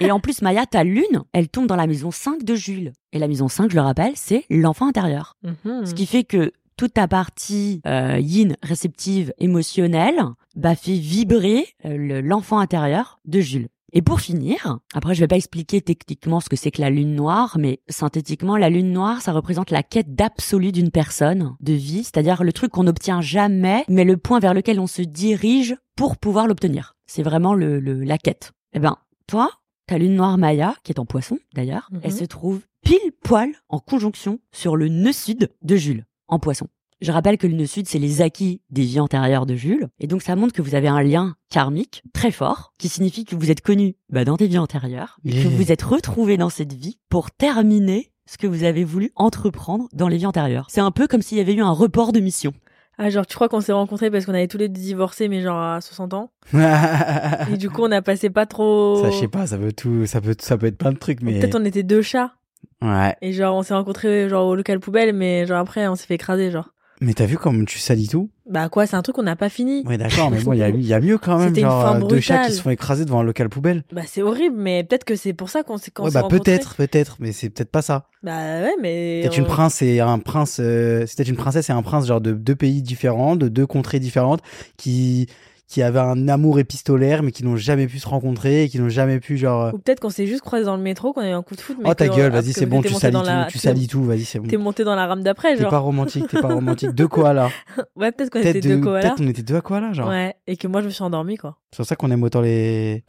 S3: et en plus Maya, ta lune, elle tombe dans la maison 5 de Jules. Et la maison 5, je le rappelle, c'est l'enfant intérieur.
S1: Mhm.
S3: Ce qui fait que toute ta partie euh, yin réceptive émotionnelle bah, fait vibrer euh, le- l'enfant intérieur de Jules. Et pour finir, après je vais pas expliquer techniquement ce que c'est que la lune noire, mais synthétiquement, la lune noire, ça représente la quête d'absolu d'une personne, de vie, c'est-à-dire le truc qu'on n'obtient jamais, mais le point vers lequel on se dirige pour pouvoir l'obtenir. C'est vraiment le, le- la quête. Eh ben, toi, ta lune noire Maya, qui est en poisson d'ailleurs,
S1: Mhm.
S3: elle se trouve pile poil en conjonction sur le nœud sud de Jules, en poisson. Je rappelle que le nœud sud, c'est les acquis des vies antérieures de Jules, et donc ça montre que vous avez un lien karmique très fort, qui signifie que vous êtes connu bah, dans des vies antérieures, et que
S2: Yeah.
S3: vous êtes retrouvé dans cette vie pour terminer ce que vous avez voulu entreprendre dans les vies antérieures. C'est un peu comme s'il y avait eu un report de mission.
S1: Ah, genre, tu crois qu'on s'est rencontrés parce qu'on avait tous les deux divorcés, mais genre à 60 ans.
S2: ça,
S1: Et du coup, on a passé pas trop.
S2: je sais pas, Ah. ça peut tout, ça peut, ça peut être plein de trucs, mais.
S1: Oh. Peut-être on était deux chats.
S2: Ouais.
S1: Et genre, on s'est rencontrés genre au local poubelle, mais genre après, on s'est fait écraser, genre.
S2: Mais t'as vu comme tu salis tout
S1: Bah quoi, c'est un truc qu'on n'a pas fini.
S2: Ouais, d'accord, mais bon, il y a, il y a mieux quand même.
S1: C'était une
S2: Genre,
S1: fin
S2: euh, deux chats
S1: brutale.
S2: qui se font écraser devant un local poubelle.
S1: Bah c'est horrible, mais peut-être que c'est pour ça qu'on s'est quand on
S2: ouais,
S1: s'est
S2: bah
S1: rencontrés.
S2: peut-être, peut-être, mais c'est peut-être pas ça.
S1: Bah ouais, mais.
S2: Peut-être une
S1: on-
S2: prince et un prince. euh, c'était une princesse et un prince, genre de deux pays différents, de deux contrées différentes, qui qui avaient un amour épistolaire, mais qui n'ont jamais pu se rencontrer, et qui n'ont jamais pu genre. euh,
S1: Ou peut-être qu'on s'est juste croisés dans le métro, qu'on a eu un coup de foot. Mais
S2: Oh ta
S1: que-
S2: gueule,
S1: ah,
S2: vas-y,
S1: parce
S2: c'est
S1: que
S2: bon,
S1: t'es
S2: tu
S1: monté
S2: salis
S1: dans la-
S2: tout, tu salis tout, vas-y, c'est bon.
S1: T'es monté dans la rame d'après,
S2: T'es
S1: genre.
S2: pas romantique, t'es pas romantique. Deux koalas.
S1: Ouais, peut-être qu'on
S2: Peut-être
S1: était deux
S2: de-
S1: koalas.
S2: peut-être on était deux à koalas, genre.
S1: Ouais, et que moi je me suis endormie quoi.
S2: C'est pour ça qu'on aime autant les.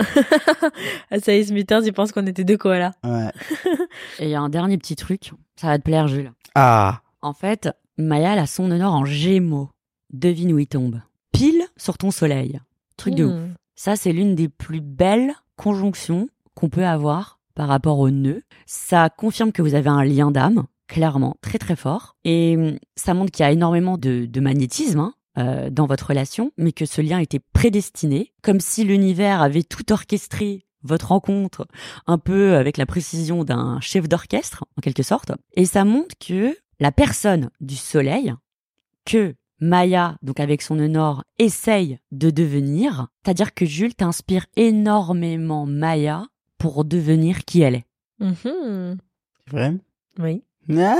S1: Ah, ça y est, Smithers, ils pensent qu'on était deux koalas.
S2: Ouais.
S3: Et il y a un dernier petit truc, ça va te plaire, Jules.
S2: Ah.
S3: En fait, Maya elle a son honneur en gémeaux. Devine où il tombe. Pile sur ton soleil. Truc de ouf.
S1: Hmm.
S3: Ça, c'est l'une des plus belles conjonctions qu'on peut avoir par rapport au nœud. Ça confirme que vous avez un lien d'âme, clairement, très très fort. Et hum, ça montre qu'il y a énormément de, de magnétisme hein, euh, dans votre relation, mais que ce lien était prédestiné, comme si l'univers avait tout orchestré votre rencontre, un peu avec la précision d'un chef d'orchestre, en quelque sorte. Et ça montre que la personne du soleil, que Maya, donc avec son nœud nord, essaye de devenir, c'est-à-dire que Jules t'inspire énormément Maya pour devenir qui elle est.
S1: Mhm.
S2: C'est vrai
S1: Oui.
S2: Ah.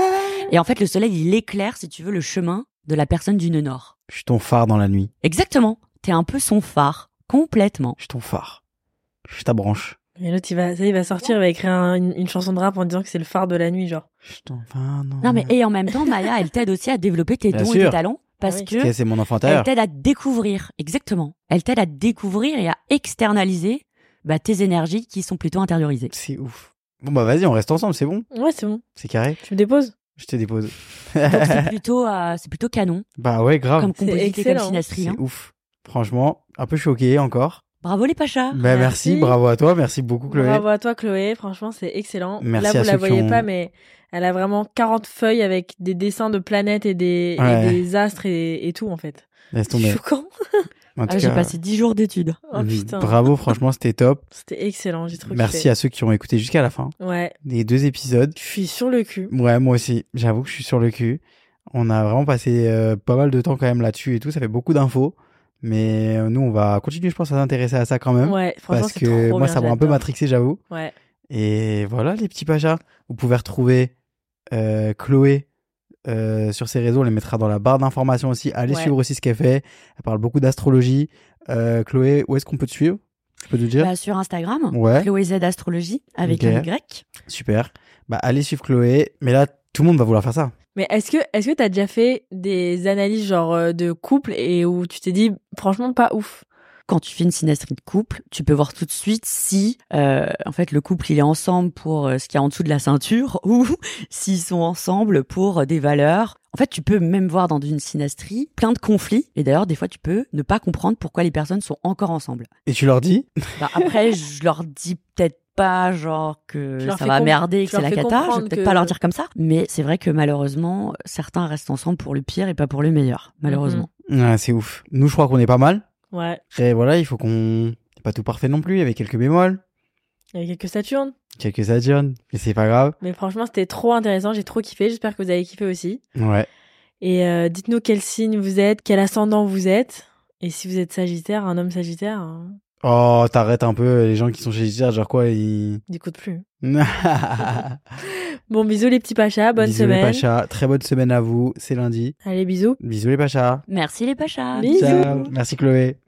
S3: Et en fait, le soleil, il éclaire, si tu veux, le chemin de la personne du nœud nord.
S2: Je suis ton phare dans la nuit.
S3: Exactement. T'es un peu son phare. Complètement.
S2: Je suis ton phare. Je suis ta branche.
S1: Et l'autre, il va, ça, il va sortir, il va écrire un- une, une chanson de rap en disant que c'est le phare de la nuit, genre.
S2: Je suis ton phare.
S3: Non, mais, et en même temps, Maya, elle t'aide aussi à développer tes
S2: Bien
S3: dons et
S2: sûr.
S3: tes talents parce
S1: Ah oui.
S3: que
S2: c'est mon enfant
S3: elle
S2: intérieur.
S3: t'aide à te découvrir. Exactement. Elle t'aide à te découvrir et à externaliser bah, tes énergies qui sont plutôt intériorisées.
S2: C'est ouf. Bon bah vas-y, on reste ensemble, c'est bon,
S1: Ouais, c'est bon.
S2: c'est carré.
S1: Tu me déposes
S2: Je te dépose.
S3: Donc, c'est plutôt, euh, c'est plutôt canon
S2: bah ouais, grave.
S3: comme composité, comme
S1: excellent.
S3: synastrie.
S2: C'est
S3: hein.
S2: ouf. Franchement, un peu choqué encore.
S3: Bravo les Pachas
S1: Ah,
S2: Bah merci.
S1: Merci.
S2: bravo à toi, merci beaucoup Chloé.
S1: Bravo à toi, Chloé. Franchement, c'est excellent.
S2: Merci
S1: Là, vous
S2: à
S1: la
S2: ceux qui
S1: voyez
S2: ont-
S1: pas, mais elle a vraiment 40 feuilles avec des dessins de planètes et des, et
S2: Ouais.
S1: des astres et, et tout, en fait.
S2: Laisse tomber.
S1: Choquant.
S2: En tout
S3: Ah, J'ai
S2: cas,
S3: passé 10 jours d'études.
S1: Oh putain.
S2: Bravo, franchement, c'était top.
S1: C'était excellent. J'ai trop
S2: Merci
S1: kiffé.
S2: à ceux qui ont écouté jusqu'à la fin
S1: Ouais.
S2: des deux épisodes.
S1: Je suis sur le cul.
S2: Ouais, moi aussi. J'avoue que je suis sur le cul. On a vraiment passé euh, pas mal de temps quand même là-dessus et tout. Ça fait beaucoup d'infos. Mais euh, nous, on va continuer, je pense, à s'intéresser à ça quand même.
S1: Ouais, franchement,
S2: parce
S1: c'est
S2: que
S1: trop
S2: moi,
S1: bien,
S2: ça m'a un peu
S1: j'adore.
S2: matrixé, j'avoue.
S1: Ouais.
S2: Et voilà, les petits pachas. Vous pouvez retrouver euh, Chloé euh, sur ses réseaux. On les mettra dans la barre d'informations aussi. Allez
S1: Ouais.
S2: suivre aussi ce qu'elle fait. Elle parle beaucoup d'astrologie. Euh, Chloé, où est-ce qu'on peut te suivre Tu peux nous dire
S3: Bah, sur Instagram,
S2: Ouais.
S3: Chloé Z Astrologie avec
S2: Ok.
S3: un Y.
S2: Super. Bah, allez suivre Chloé. Mais là, tout le monde va vouloir faire ça.
S1: Mais est-ce que est-ce que t'as déjà fait des analyses genre euh, de couple et où tu t'es dit franchement pas ouf
S3: Quand tu fais une synastrie de couple, tu peux voir tout de suite si, euh, en fait, le couple il est ensemble pour euh, ce qu'il y a en dessous de la ceinture ou s'ils sont ensemble pour euh, des valeurs. En fait, tu peux même voir dans une synastrie plein de conflits. Et d'ailleurs, des fois, tu peux ne pas comprendre pourquoi les personnes sont encore ensemble.
S2: Et tu leur dis
S3: Bah, après, je leur dis peut-être pas genre que
S1: Tu leur
S3: ça
S1: fais
S3: va
S1: com-
S3: merder et que
S1: tu
S3: c'est
S1: leur
S3: la
S1: fais
S3: cata. Je vais
S1: comprendre
S3: peut-être
S1: que-
S3: pas leur dire comme ça. Mais c'est vrai que malheureusement, certains restent ensemble pour le pire et pas pour le meilleur. Malheureusement.
S2: Ouais, c'est ouf. Nous, je crois qu'on est pas mal.
S1: Ouais,
S2: Après, voilà, il faut qu'on. c'est Pas tout parfait non plus, il y avait quelques bémols,
S1: il y avait quelques Saturnes.
S2: quelques adjoints, mais c'est pas grave.
S1: Mais franchement, c'était trop intéressant, j'ai trop kiffé, j'espère que vous avez kiffé aussi.
S2: Ouais.
S1: Et euh, dites-nous quel signe vous êtes, quel ascendant vous êtes et si vous êtes Sagittaire, un homme Sagittaire, hein,
S2: Oh, t'arrêtes un peu les gens qui sont chez Gigi, genre quoi, ils.
S1: d'écoute plus.
S2: Bonne
S1: Bon, bisous les petits pachas, bonne
S2: Bisous les
S1: semaine.
S2: Pachas, très bonne semaine à vous, c'est lundi.
S1: Allez, bisous. Mhm.
S2: Bisous les Pachas.
S3: Merci les Pachas.
S1: Bisous.
S2: Ciao. Merci Chloé.